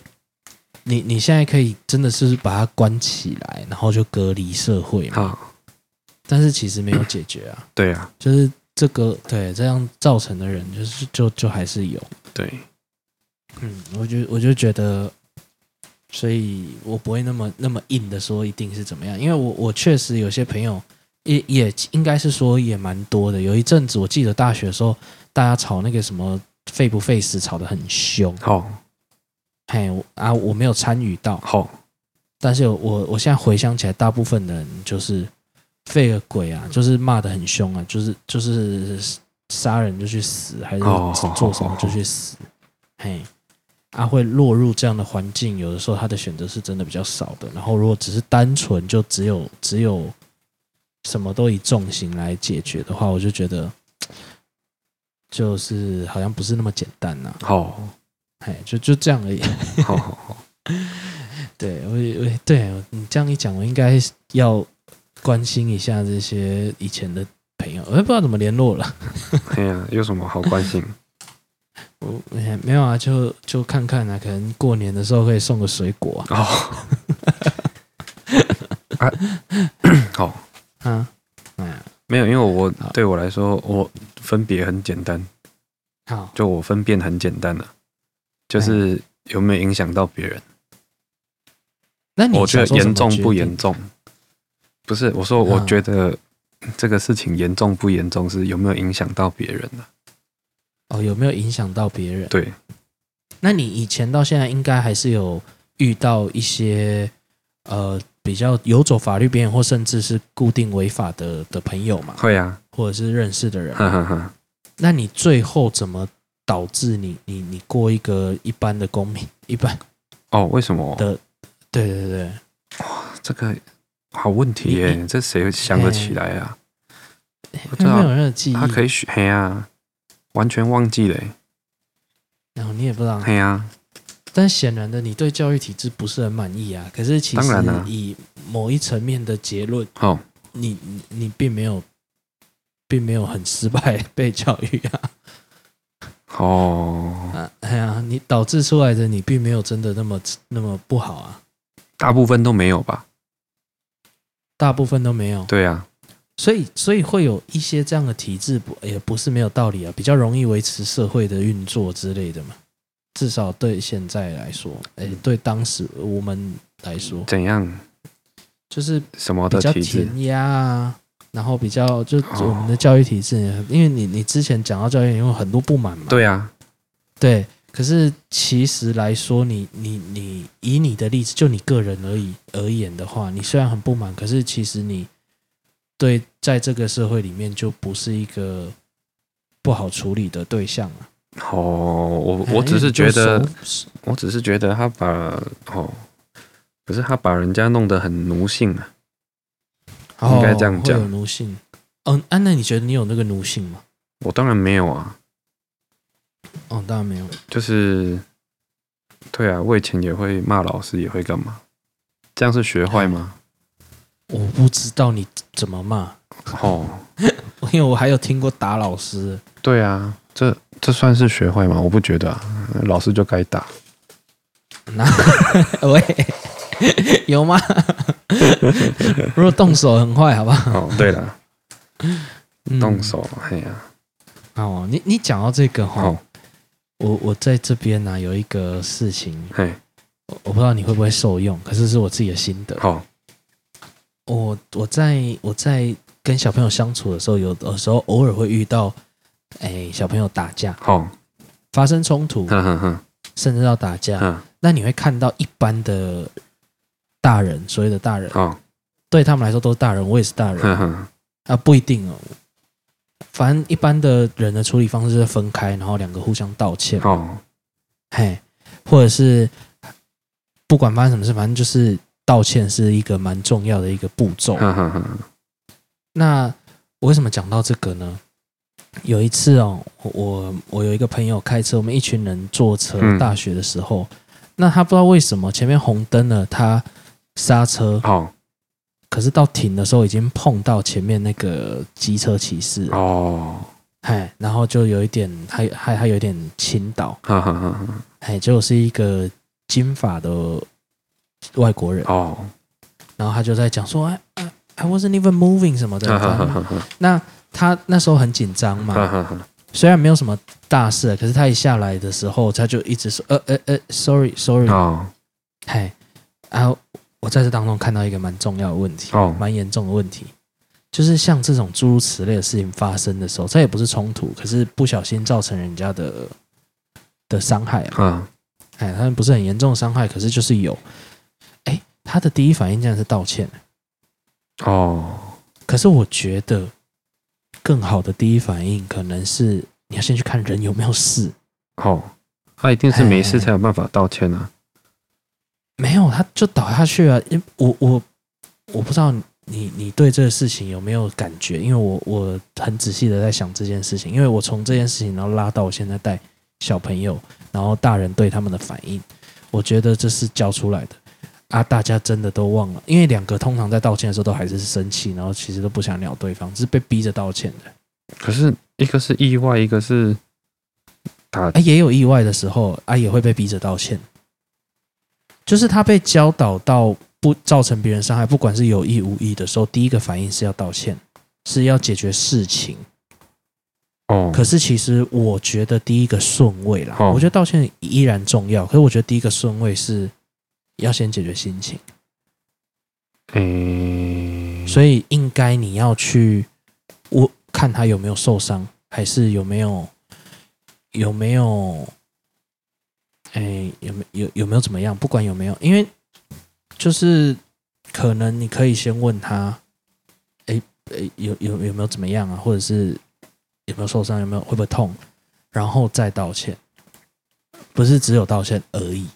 Speaker 2: 你你现在可以真的是把他关起来，然后就隔离社会嘛，
Speaker 3: 好，
Speaker 2: 但是其实没有解决啊，
Speaker 3: 对啊，
Speaker 2: 就是这个对这样造成的人，就是就就还是有。
Speaker 3: 对，
Speaker 2: 嗯，我就我就觉得，所以我不会那么那么硬的说一定是怎么样，因为我我确实有些朋友也也应该是说也蛮多的。有一阵子我记得大学的时候，大家吵那个什么 face 不 face 吵得很凶，
Speaker 3: 好
Speaker 2: 嘿我啊，我没有参与到，
Speaker 3: 好，
Speaker 2: 但是我我现在回想起来，大部分的人就是废个鬼啊，就是骂得很凶啊，就是就是杀人就去死，还是
Speaker 3: 哦好
Speaker 2: 做什么就去死，嘿。啊，会落入这样的环境，有的时候他的选择是真的比较少的。然后，如果只是单纯就只有只有什么都以重刑来解决的话，我就觉得就是好像不是那么简单呐、
Speaker 3: 好
Speaker 2: 哎，就就这样而已。
Speaker 3: 好好好，
Speaker 2: 对我也，我也对你这样一讲，我应该要关心一下这些以前的朋友，我也不知道怎么联络了。
Speaker 3: 哎呀，有什么好关心？
Speaker 2: 我哎没有啊，就就看看啊，可能过年的时候可以送个水果啊。
Speaker 3: 哦， 啊， 好，
Speaker 2: 啊嗯，
Speaker 3: 没有，因为我
Speaker 2: 好
Speaker 3: 对我来说，我分别很简单，
Speaker 2: 好，
Speaker 3: 就我分辨很简单了、
Speaker 2: 哎
Speaker 3: 就是有没有影响到别人，
Speaker 2: 那你
Speaker 3: 我觉
Speaker 2: 小时候怎
Speaker 3: 得严
Speaker 2: 么
Speaker 3: 重
Speaker 2: 决
Speaker 3: 不
Speaker 2: 定
Speaker 3: 严？重？不是，我说我
Speaker 2: 嗯
Speaker 3: 觉得这个事情严重不严重是有没有影响到别人呢、
Speaker 2: 哦，有没有影响到别人？
Speaker 3: 对，
Speaker 2: 那你以前到现在应该还是有遇到一些呃比较游走法律边缘，或甚至是固定违法的的朋友嘛，
Speaker 3: 会啊，
Speaker 2: 或者是认识的人嘛
Speaker 3: 哈哈哈。
Speaker 2: 那你最后怎么导致你你你过一个一般的公民？ 一般
Speaker 3: 哦，为什么
Speaker 2: 的？对对对，
Speaker 3: 这个好问题
Speaker 2: 你
Speaker 3: 耶，这谁想得起来啊？我知
Speaker 2: 因为没有
Speaker 3: 道
Speaker 2: 任何记忆，
Speaker 3: 他可以选，嘿呀、啊完全忘记了耶，
Speaker 2: 然后你也不知道。
Speaker 3: 嘿呀、啊
Speaker 2: 但显然的，你对教育体制不是很满意啊。可是其
Speaker 3: 当
Speaker 2: 实
Speaker 3: 然啦
Speaker 2: 以某一层面的结论，
Speaker 3: 好、
Speaker 2: 你你你并没有，并没有很失败 被教育啊。
Speaker 3: 哦，
Speaker 2: 啊哎呀，你导致出来的你并没有真的那么那么不好啊，
Speaker 3: 大部分都没有吧？
Speaker 2: 大部分都没有。
Speaker 3: 对啊，
Speaker 2: 所以，所以会有一些这样的体制不也不是没有道理啊，比较容易维持社会的运作之类的嘛。至少对现在来说，
Speaker 3: 嗯
Speaker 2: 哎、对当时我们来说，
Speaker 3: 怎样
Speaker 2: 就是
Speaker 3: 什么
Speaker 2: 比
Speaker 3: 嗯的
Speaker 2: 较
Speaker 3: 体制？哦
Speaker 2: 填压啊，然后比较就我们的教育体制，因为你你之前讲到教育，因为很多不满嘛，
Speaker 3: 对啊，
Speaker 2: 对。可是其实来说，你你你以你的例子，就你个人而已而言的话，你虽然很不满，可是其实你对在这个社会里面就不是一个不好处理的对象啊。
Speaker 3: 哦，我
Speaker 2: 哎呀
Speaker 3: 我只是觉
Speaker 2: 因
Speaker 3: 得
Speaker 2: 为，你就熟
Speaker 3: 我只是觉得他把哦，可是他把人家弄得很奴性啊。应该这样
Speaker 2: 哦
Speaker 3: 讲
Speaker 2: 会有奴性。嗯、安娜，那你觉得你有那个奴性吗？
Speaker 3: 我当然没有啊，
Speaker 2: 哦，当然没有。
Speaker 3: 就是，对啊，我以前也会骂老师，也会干嘛？这样是学坏吗？
Speaker 2: 我不知道你怎么骂，
Speaker 3: 哦，
Speaker 2: 因为我还有听过打老师。
Speaker 3: 对啊，这这算是学坏吗？我不觉得啊，老师就该打。
Speaker 2: 那喂，有吗？ 如果动手很坏，好不好？
Speaker 3: 哦，对 了，
Speaker 2: 嗯
Speaker 3: 动手，哎呀、
Speaker 2: 哦，你你讲到这个哈、
Speaker 3: 哦，
Speaker 2: 我我在这边呢、有一个事情，
Speaker 3: 嘿，
Speaker 2: 我我不知道你会不会受用，可是是我自己的心得。
Speaker 3: 好，
Speaker 2: 我我在我在跟小朋友相处的时候，有的时候偶尔会遇到，哎，小朋友打架
Speaker 3: 好，
Speaker 2: 发生冲突，
Speaker 3: 哦哼哼哼，
Speaker 2: 甚至到打架，
Speaker 3: 哼，
Speaker 2: 那你会看到一般的大人，所谓的大人，
Speaker 3: 好，嗯
Speaker 2: 对他们来说都是大人，我也是大人，
Speaker 3: 哦哼哼，
Speaker 2: 啊，不一定哦。反正一般的人的处理方式是分开，然后两个互相道歉，
Speaker 3: 好，
Speaker 2: 嘿，或者是不管发生什么事，反正就是道歉是一个蛮重要的一个步骤。
Speaker 3: 哼哼哼，
Speaker 2: 那我为什么讲到这个呢？有一次哦，我我我有一个朋友开车，我们一群人坐车，
Speaker 3: 嗯
Speaker 2: 大学的时候，那他不知道为什么前面红灯了，他刹车，
Speaker 3: 好，
Speaker 2: 可是到停的时候已经碰到前面那个机车骑士了
Speaker 3: 哦，
Speaker 2: 哎，然后就有一点，还还还有一点倾倒，
Speaker 3: 哼哼哼哼，
Speaker 2: 哎，结果是一个金发的外国人，
Speaker 3: 哦，
Speaker 2: 然后他就在讲说，哎哎，I
Speaker 3: 啊
Speaker 2: wasn't even moving 什么的
Speaker 3: 哼，哼
Speaker 2: 反正
Speaker 3: 哼哼，嗯
Speaker 2: 那他那时候很紧张嘛，
Speaker 3: 哼哼哼，
Speaker 2: 虽然没有什么大事，可是他一下来的时候，他就一直说呃呃呃，sorry sorry，
Speaker 3: 哦
Speaker 2: 嗨，啊，我在这当中看到一个蛮重要的问题，
Speaker 3: 哦
Speaker 2: 蛮严重的问题，就是像这种诸如此类的事情发生的时候，这也不是冲突，可是不小心造成人家的的伤害啊，
Speaker 3: 嗯，
Speaker 2: 哎，他们不是很严重的伤害，可是就是有，哎，他的第一反应竟然是道歉，
Speaker 3: 哦，
Speaker 2: 可是我觉得更好的第一反应可能是你要先去看人有没有事，
Speaker 3: 哦，他一定是没事
Speaker 2: 哎
Speaker 3: 才有办法道歉啊。
Speaker 2: 没有，他就倒下去了。啊因我我我不知道你你对这个事情有没有感觉？因为我我很仔细的在想这件事情，因为我从这件事情然后拉到我现在带小朋友，然后大人对他们的反应，我觉得这是教出来的啊。大家真的都忘了，因为两个通常在道歉的时候都还是生气，然后其实都不想鸟对方，只是被逼着道歉的。
Speaker 3: 可是一个是意外，一个是打
Speaker 2: 啊，也有意外的时候啊，也会被逼着道歉。就是他被教导到不造成别人伤害，不管是有意无意的时候，第一个反应是要道歉，是要解决事情。
Speaker 3: 哦，
Speaker 2: 可是其实我觉得第一个顺位啦，
Speaker 3: 哦
Speaker 2: 我觉得道歉依然重要，可是我觉得第一个顺位是要先解决心情，
Speaker 3: 诶，
Speaker 2: 所以应该你要去我看他有没有受伤，还是有没有有没有，哎、有没有有没有怎么样？不管有没有，因为就是可能你可以先问他，哎、哎、有有有没有怎么样啊？或者是有没有受伤？有没有会不会痛？然后再道歉，不是只有道歉而已。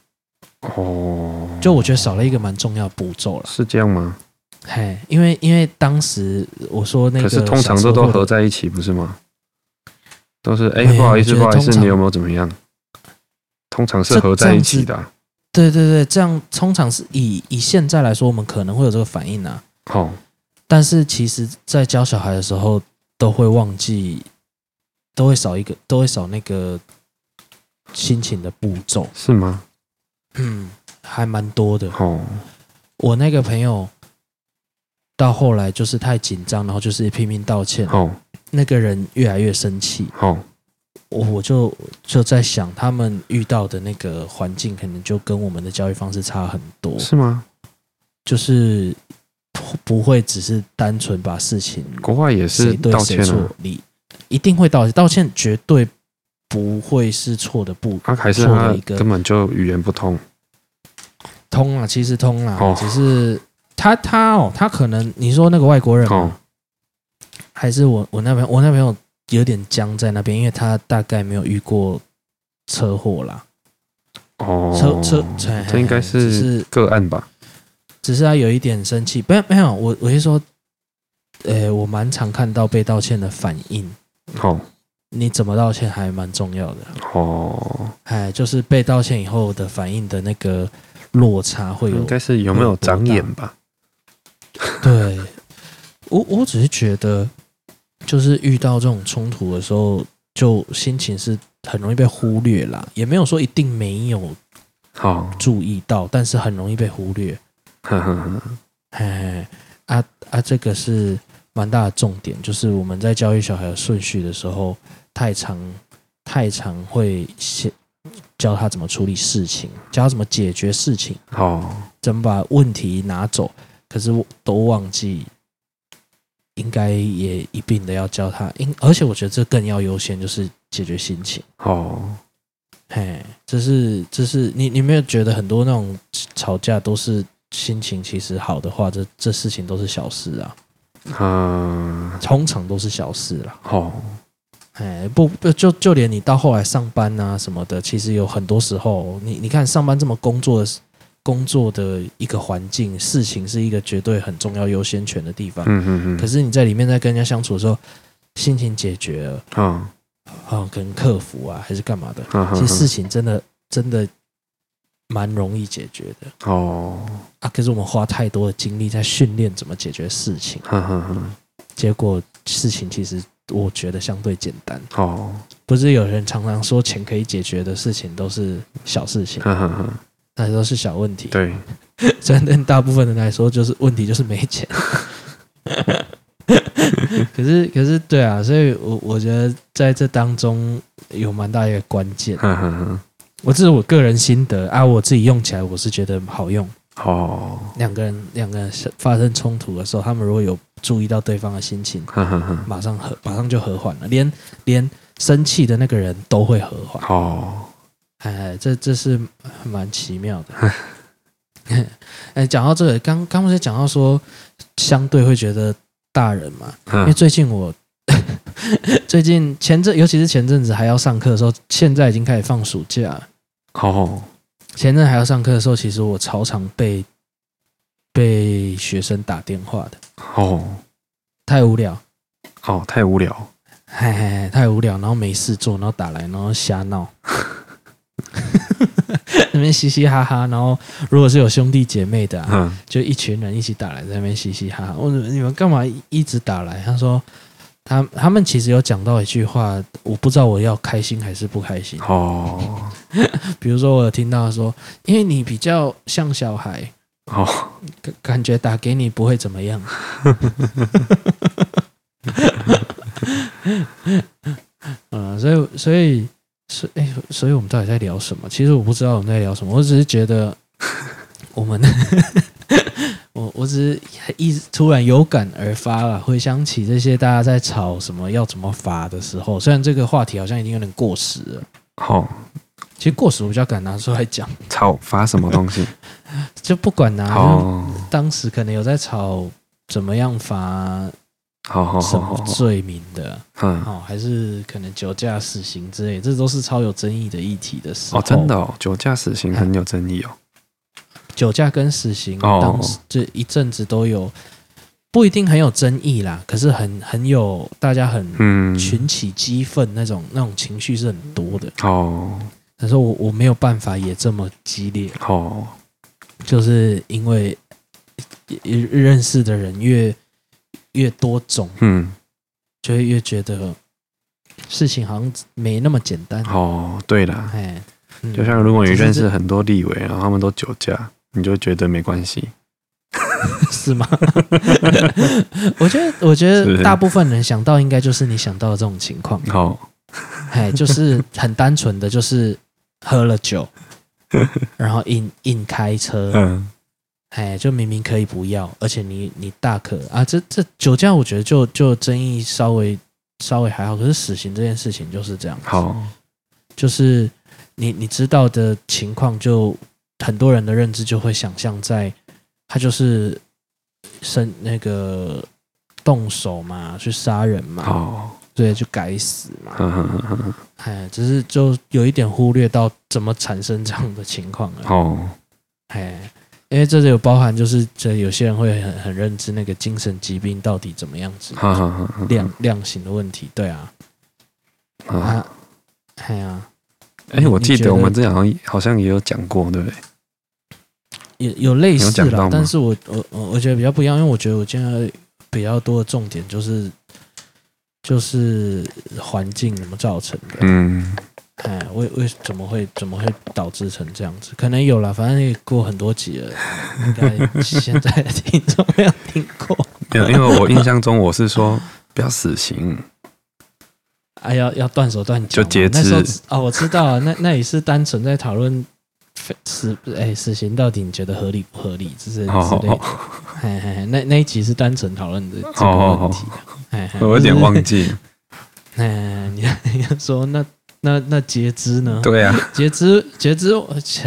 Speaker 3: 哦，
Speaker 2: 就我觉得少了一个蛮重要的步骤了。
Speaker 3: 是这样吗？
Speaker 2: 嘿，因为因为当时我说那
Speaker 3: 可
Speaker 2: 个小车
Speaker 3: 是
Speaker 2: 祸的，
Speaker 3: 通常这都合在一起，不是吗？都是哎
Speaker 2: 没，有
Speaker 3: 不好意
Speaker 2: 我
Speaker 3: 思，
Speaker 2: 觉得
Speaker 3: 不好意
Speaker 2: 通
Speaker 3: 思，
Speaker 2: 常
Speaker 3: 你有没有怎么样？通常是
Speaker 2: 这
Speaker 3: 合在一起的啊。
Speaker 2: 对对对，这样通常是以以现在来说，我们可能会有这个反应啊，
Speaker 3: 哦，
Speaker 2: 但是其实，在教小孩的时候，都会忘记，都会少一个，都会少那个心情的步骤，
Speaker 3: 是吗？
Speaker 2: 嗯，还蛮多的。
Speaker 3: 哦，
Speaker 2: 我那个朋友到后来就是太紧张，然后就是拼命道歉，
Speaker 3: 哦，
Speaker 2: 那个人越来越生气，
Speaker 3: 哦，
Speaker 2: 我我就就在想，他们遇到的那个环境，可能就跟我们的教育方式差很多，
Speaker 3: 是吗？
Speaker 2: 就是不不会只是单纯把事情
Speaker 3: 国外也
Speaker 2: 谁
Speaker 3: 是
Speaker 2: 对
Speaker 3: 道
Speaker 2: 谁
Speaker 3: 歉
Speaker 2: 错
Speaker 3: 啊，，
Speaker 2: 你一定会道歉，道歉绝对不会是错的不
Speaker 3: 啊，还是
Speaker 2: 错
Speaker 3: 他
Speaker 2: 的一个
Speaker 3: 根本就语言不通。
Speaker 2: 通啊，其实通啊，
Speaker 3: 哦
Speaker 2: 只是他他哦，他可能你说那个外国人吗
Speaker 3: 哦，
Speaker 2: 还是我我那朋友我那朋友有点僵在那边，因为他大概没有遇过车祸啦，
Speaker 3: 哦，
Speaker 2: 车车车
Speaker 3: 这应该
Speaker 2: 只是
Speaker 3: 是个案吧？
Speaker 2: 只是他有一点生气，不没有，我我是说，呃，我蛮常看到被道歉的反应，
Speaker 3: 哦，
Speaker 2: 你怎么道歉还蛮重要的，
Speaker 3: 哦，
Speaker 2: 哎，就是被道歉以后的反应的那个落差会有
Speaker 3: 应，该是有没有长眼吧？
Speaker 2: 对我我只是觉得，就是遇到这种冲突的时候，就心情是很容易被忽略啦，也没有说一定没有
Speaker 3: 好，
Speaker 2: 注意到，但是很容易被忽略，
Speaker 3: 呵呵呵，
Speaker 2: 哎，啊啊，这个是蛮大的重点，就是我们在教育小孩的顺序的时候，太常太常会先教他怎么处理事情，教他怎么解决事情，
Speaker 3: 好，
Speaker 2: 怎么把问题拿走，可是我都忘记，应该也一并的要教他。因而且我觉得这更要优先，就是解决心情。
Speaker 3: 好，
Speaker 2: 嘿，这是这是你你没有觉得很多那种吵架都是心情其实好的话，这这事情都是小事啊，
Speaker 3: 嗯，
Speaker 2: 通常都是小事啦。
Speaker 3: 好，
Speaker 2: 哎，不不就就连你到后来上班啊什么的，其实有很多时候，你你看上班这么工作的工作的一个环境，事情是一个绝对很重要优先权的地方。
Speaker 3: 嗯嗯
Speaker 2: 可
Speaker 3: 嗯，
Speaker 2: 是你在里面在跟人家相处的时候，心情解决了，
Speaker 3: 啊，
Speaker 2: 啊，跟客服啊还是干嘛的，
Speaker 3: 呵呵
Speaker 2: 其实事
Speaker 3: 呵
Speaker 2: 情真的真的蛮容易解决的。
Speaker 3: 哦，
Speaker 2: 啊，可是我们花太多的精力在训练怎么解决事情，
Speaker 3: 呵呵呵，
Speaker 2: 结果事情其实我觉得相对简单。
Speaker 3: 哦，
Speaker 2: 不是有人常常说钱可以解决的事情都是小事情，
Speaker 3: 呵呵呵，
Speaker 2: 那都是小问题。
Speaker 3: 嗯对，
Speaker 2: 真的大部分人来说，就是问题就是没钱。 可是可是对啊，所以我我觉得在这当中有蛮大一个关键。
Speaker 3: 哈哈哈。
Speaker 2: 我这是我个人心得啊，我自己用起来我是觉得好用。
Speaker 3: 哦，
Speaker 2: 两个人两个人是发生冲突的时候，他们如果有注意到对方的心情，
Speaker 3: 哈哈哈。
Speaker 2: 马上和马上就和缓了，连连生气的那个人都会和缓。
Speaker 3: 哦，
Speaker 2: 哎，这这是蛮奇妙的。 哎，讲到这个，刚刚不是讲到说，相对会觉得大人嘛，因为
Speaker 3: 嗯
Speaker 2: 最近我 最近前阵，尤其是前阵子还要上课的时候，现在已经开始放暑假了。
Speaker 3: 哦，
Speaker 2: 前阵还要上课的时候，其实我超常被被学生打电话的，
Speaker 3: 哦，
Speaker 2: 太无聊，
Speaker 3: 哦，太无聊。
Speaker 2: 嘿嘿嘿，太无聊，然后没事做，然后打来，然后瞎闹， 那边嘻嘻哈哈，然后如果是有兄弟姐妹的、啊，
Speaker 3: 嗯，
Speaker 2: 就一群人一起打来，在那边嘻嘻哈哈。我说你们干嘛一直打来？他说他他们其实有讲到一句话，我不知道我要开心还是不开心。
Speaker 3: 哦，
Speaker 2: 比如说我有听到说，因为你比较像小孩，
Speaker 3: 哦，
Speaker 2: 感感觉打给你不会怎么样。嗯，所以所以所以、哎，所以我们到底在聊什么？其实我不知道我们在聊什么，我只是觉得我们 我我只是一突然有感而发了，回想起这些大家在吵什么要怎么罚的时候，虽然这个话题好像已经有点过时了，
Speaker 3: 哦，
Speaker 2: 其实过时我比较敢拿出来讲，
Speaker 3: 吵发什么东西？
Speaker 2: 就不管啊拿、
Speaker 3: 哦，
Speaker 2: 当时可能有在吵怎么样罚
Speaker 3: 好好
Speaker 2: 什
Speaker 3: 好
Speaker 2: 么
Speaker 3: 好，好
Speaker 2: 罪名的，
Speaker 3: 嗯，
Speaker 2: 哦，还是可能酒驾、死刑之类，这都是超有争议的议题的时候。
Speaker 3: 哦，真的，哦，酒驾死刑很有争议哦。
Speaker 2: 酒驾跟死刑
Speaker 3: 哦
Speaker 2: 当时这一阵子都有，不一定很有争议啦，可是很很有大家很
Speaker 3: 嗯，
Speaker 2: 群起激愤那种那种情绪是很多的。
Speaker 3: 哦，
Speaker 2: 可是我我没有办法也这么激烈，
Speaker 3: 哦，
Speaker 2: 就是因为也也认识的人越越多种。
Speaker 3: 嗯，
Speaker 2: 就会越觉得事情好像没那么简单。
Speaker 3: 哦，对啦，
Speaker 2: 哎，嗯
Speaker 3: 就像如果你认
Speaker 2: 只
Speaker 3: 识
Speaker 2: 是
Speaker 3: 很多立委，然后他们都酒驾，你就觉得没关系。
Speaker 2: 是吗？ 我觉得，我觉
Speaker 3: 是不
Speaker 2: 得
Speaker 3: 是
Speaker 2: 大部分人想到应该就是你想到的这种情 况，
Speaker 3: 哦，
Speaker 2: 哎，就是很单纯的，就是喝了 酒，然后硬硬开车，
Speaker 3: 嗯，
Speaker 2: 哎，就明明可以不要，而且你你大可啊，这这酒驾，我觉得就就争议稍微稍微还好，可是死刑这件事情就是这样子。
Speaker 3: 好，
Speaker 2: 就是你你知道的情况，就很多人的认知就会想象在，他就是生那个动手嘛，去杀人嘛，
Speaker 3: 好，
Speaker 2: 对，就该死嘛，
Speaker 3: 哦嗯嗯嗯嗯，
Speaker 2: 哎，只是就有一点忽略到怎么产生这样的情况了，
Speaker 3: 哦，
Speaker 2: 哎。因为这里有包含，就是这有些人会很很认知那个精神疾病到底怎么样子
Speaker 3: 哈哈哈，
Speaker 2: 量量刑的问题，对啊，
Speaker 3: 啊，
Speaker 2: 啊，哎呀，
Speaker 3: 哎，我
Speaker 2: 你
Speaker 3: 记
Speaker 2: 觉
Speaker 3: 得我
Speaker 2: 得
Speaker 3: 们之前好像好像也有讲过，对不对？
Speaker 2: 有有类
Speaker 3: 有
Speaker 2: 似
Speaker 3: 讲到
Speaker 2: 啦
Speaker 3: 吗，
Speaker 2: 但是我我我我觉得比较不一样，因为我觉得我现在比较多的重点就是就是环境怎么造成的，
Speaker 3: 嗯，
Speaker 2: 哎，为为怎么会怎么会导致成这样子？可能有啦，反正也过很多集了，应该现在的听众没有听过。
Speaker 3: 没有，因为 我印象中我是说不要死刑，
Speaker 2: 啊，要要断手断脚嘛，
Speaker 3: 就截肢
Speaker 2: 那时候只哦，我知道啊，那 那也是单纯在讨论死哎死刑到底你觉得合理不合理，之是之类的
Speaker 3: 哦。
Speaker 2: 嘿嘿嘿，那那一集是单纯讨论的这个
Speaker 3: 哦
Speaker 2: 问题啊。嘿嘿
Speaker 3: 我有点忘。记。
Speaker 2: 就是哎，你你要说那那那截肢呢？
Speaker 3: 对 啊，
Speaker 2: 截肢截肢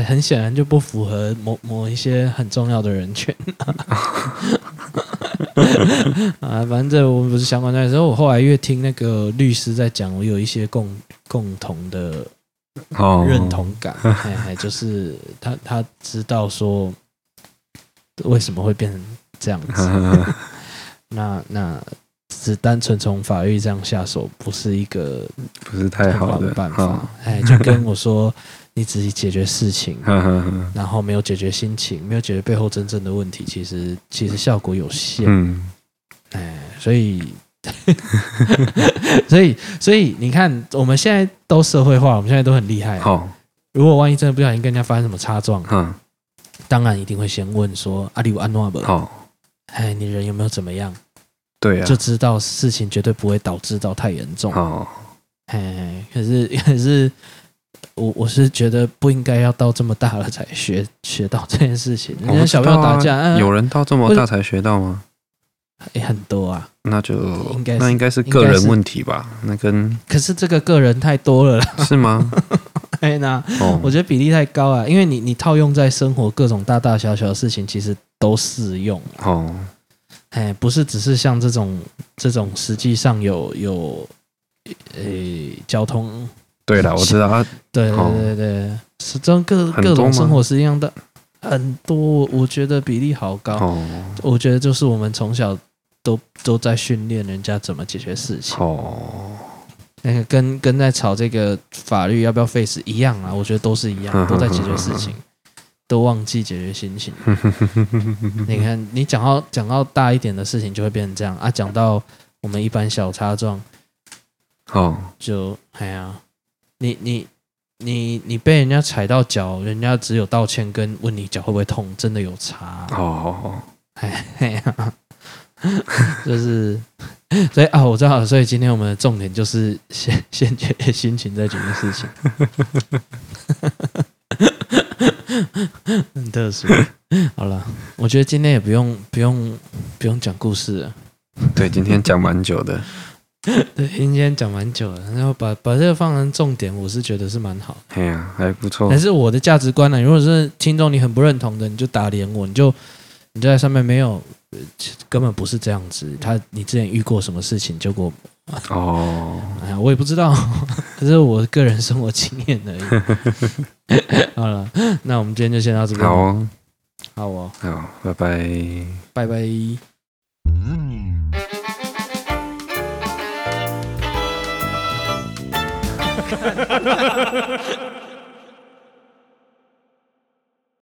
Speaker 2: 很显然就不符合某某一些很重要的人权 啊。啊，反正这我们不是相关的。之后我后来越听那个律师在讲，我有一些共共同的
Speaker 3: 哦，
Speaker 2: 认同感，哎哎，就是他他知道说为什么会变成这样
Speaker 3: 嗯
Speaker 2: 子，
Speaker 3: 哦
Speaker 2: 那那只单纯从法律这样下手，不是一个
Speaker 3: 不是太
Speaker 2: 很
Speaker 3: 好
Speaker 2: 好
Speaker 3: 的
Speaker 2: 的办
Speaker 3: 哦
Speaker 2: 法。哎，就跟我说，你只解决事情，
Speaker 3: 哈哈哈，
Speaker 2: 然后没有解决心情，没有解决背后真正的问题，其实其实效果有限。
Speaker 3: 嗯，
Speaker 2: 哎，所以， 所以，所以你看，我们现在都社会化，我们现在都很厉害。啊
Speaker 3: 好，
Speaker 2: 如果万一真的不小心跟人家发生什么擦撞，
Speaker 3: 嗯，
Speaker 2: 啊当然一定会先问说：“阿里有安诺不？
Speaker 3: 好，
Speaker 2: 哎，你人有没有怎么样？
Speaker 3: 对啊
Speaker 2: 就，知道事情绝对不会导致到太严重。
Speaker 3: 哦，
Speaker 2: 哎，可是可是我我是觉得不应该要到这么大了才学学到这件事情。
Speaker 3: 我
Speaker 2: 人家
Speaker 3: 不知
Speaker 2: 小朋
Speaker 3: 道
Speaker 2: 友打
Speaker 3: 啊
Speaker 2: 架，啊
Speaker 3: 有人到这么
Speaker 2: 为
Speaker 3: 大才学到吗？
Speaker 2: 也很多啊。
Speaker 3: 那就
Speaker 2: 应该是
Speaker 3: 那应该是
Speaker 2: 应
Speaker 3: 个
Speaker 2: 该
Speaker 3: 人
Speaker 2: 是
Speaker 3: 问题吧？那 跟
Speaker 2: 可是这个个人太多了啦，
Speaker 3: 是吗？
Speaker 2: 哎那
Speaker 3: 哦，
Speaker 2: 我觉得比例太高啊，因为你你套用在生活各种大大小小的事情，其实都适用啊。
Speaker 3: 哦，
Speaker 2: 哎，不是只是像这种这种实际上有有呃交通，
Speaker 3: 对了，我知道啊，
Speaker 2: 对对
Speaker 3: 哦
Speaker 2: 对对对，是这种各
Speaker 3: 很
Speaker 2: 各
Speaker 3: 多
Speaker 2: 种
Speaker 3: 吗
Speaker 2: 生活实际上的很多，我觉得比例好高。
Speaker 3: 哦，
Speaker 2: 我觉得就是我们从小都都在训练人家怎么解决事情，
Speaker 3: 哦，
Speaker 2: 那个跟跟在吵这个法律要不要废死一样啊，我觉得都是一样，都在解决事情，都忘记解决心情。你看，你讲到讲到大一点的事情就会变成这样啊，讲到我们一般小擦撞
Speaker 3: 哦，
Speaker 2: 就哎呀，你你。你你被人家踩到脚，人家只有道歉跟问你脚会不会痛，真的有差啊、
Speaker 3: 哦，哦，
Speaker 2: 嘿呀， 就是，所以啊，我知道了，所以今天我们的重点就是先 先决定心情这几件事情， 很特殊。好了，我觉得今天也不用不用不用讲故事了，
Speaker 3: 对，今天讲蛮久的，
Speaker 2: 对，今天讲蛮久了，然后把把这个放成重点，我是觉得是蛮好的。
Speaker 3: 哎呀，还不错
Speaker 2: 但，是我的价值观呢、如果是听众你很不认同的，你就打脸我，你就你就在上面没有，呃其根本不是这样子。他你之前遇过什么事情？结果
Speaker 3: 哦，
Speaker 2: 哎呀，我也不知道， 这是我个人生活经验而已。 好了，那我们今天就先到这边。
Speaker 3: 好，哦，
Speaker 2: 好哦，
Speaker 3: 好，拜拜。
Speaker 2: 拜拜。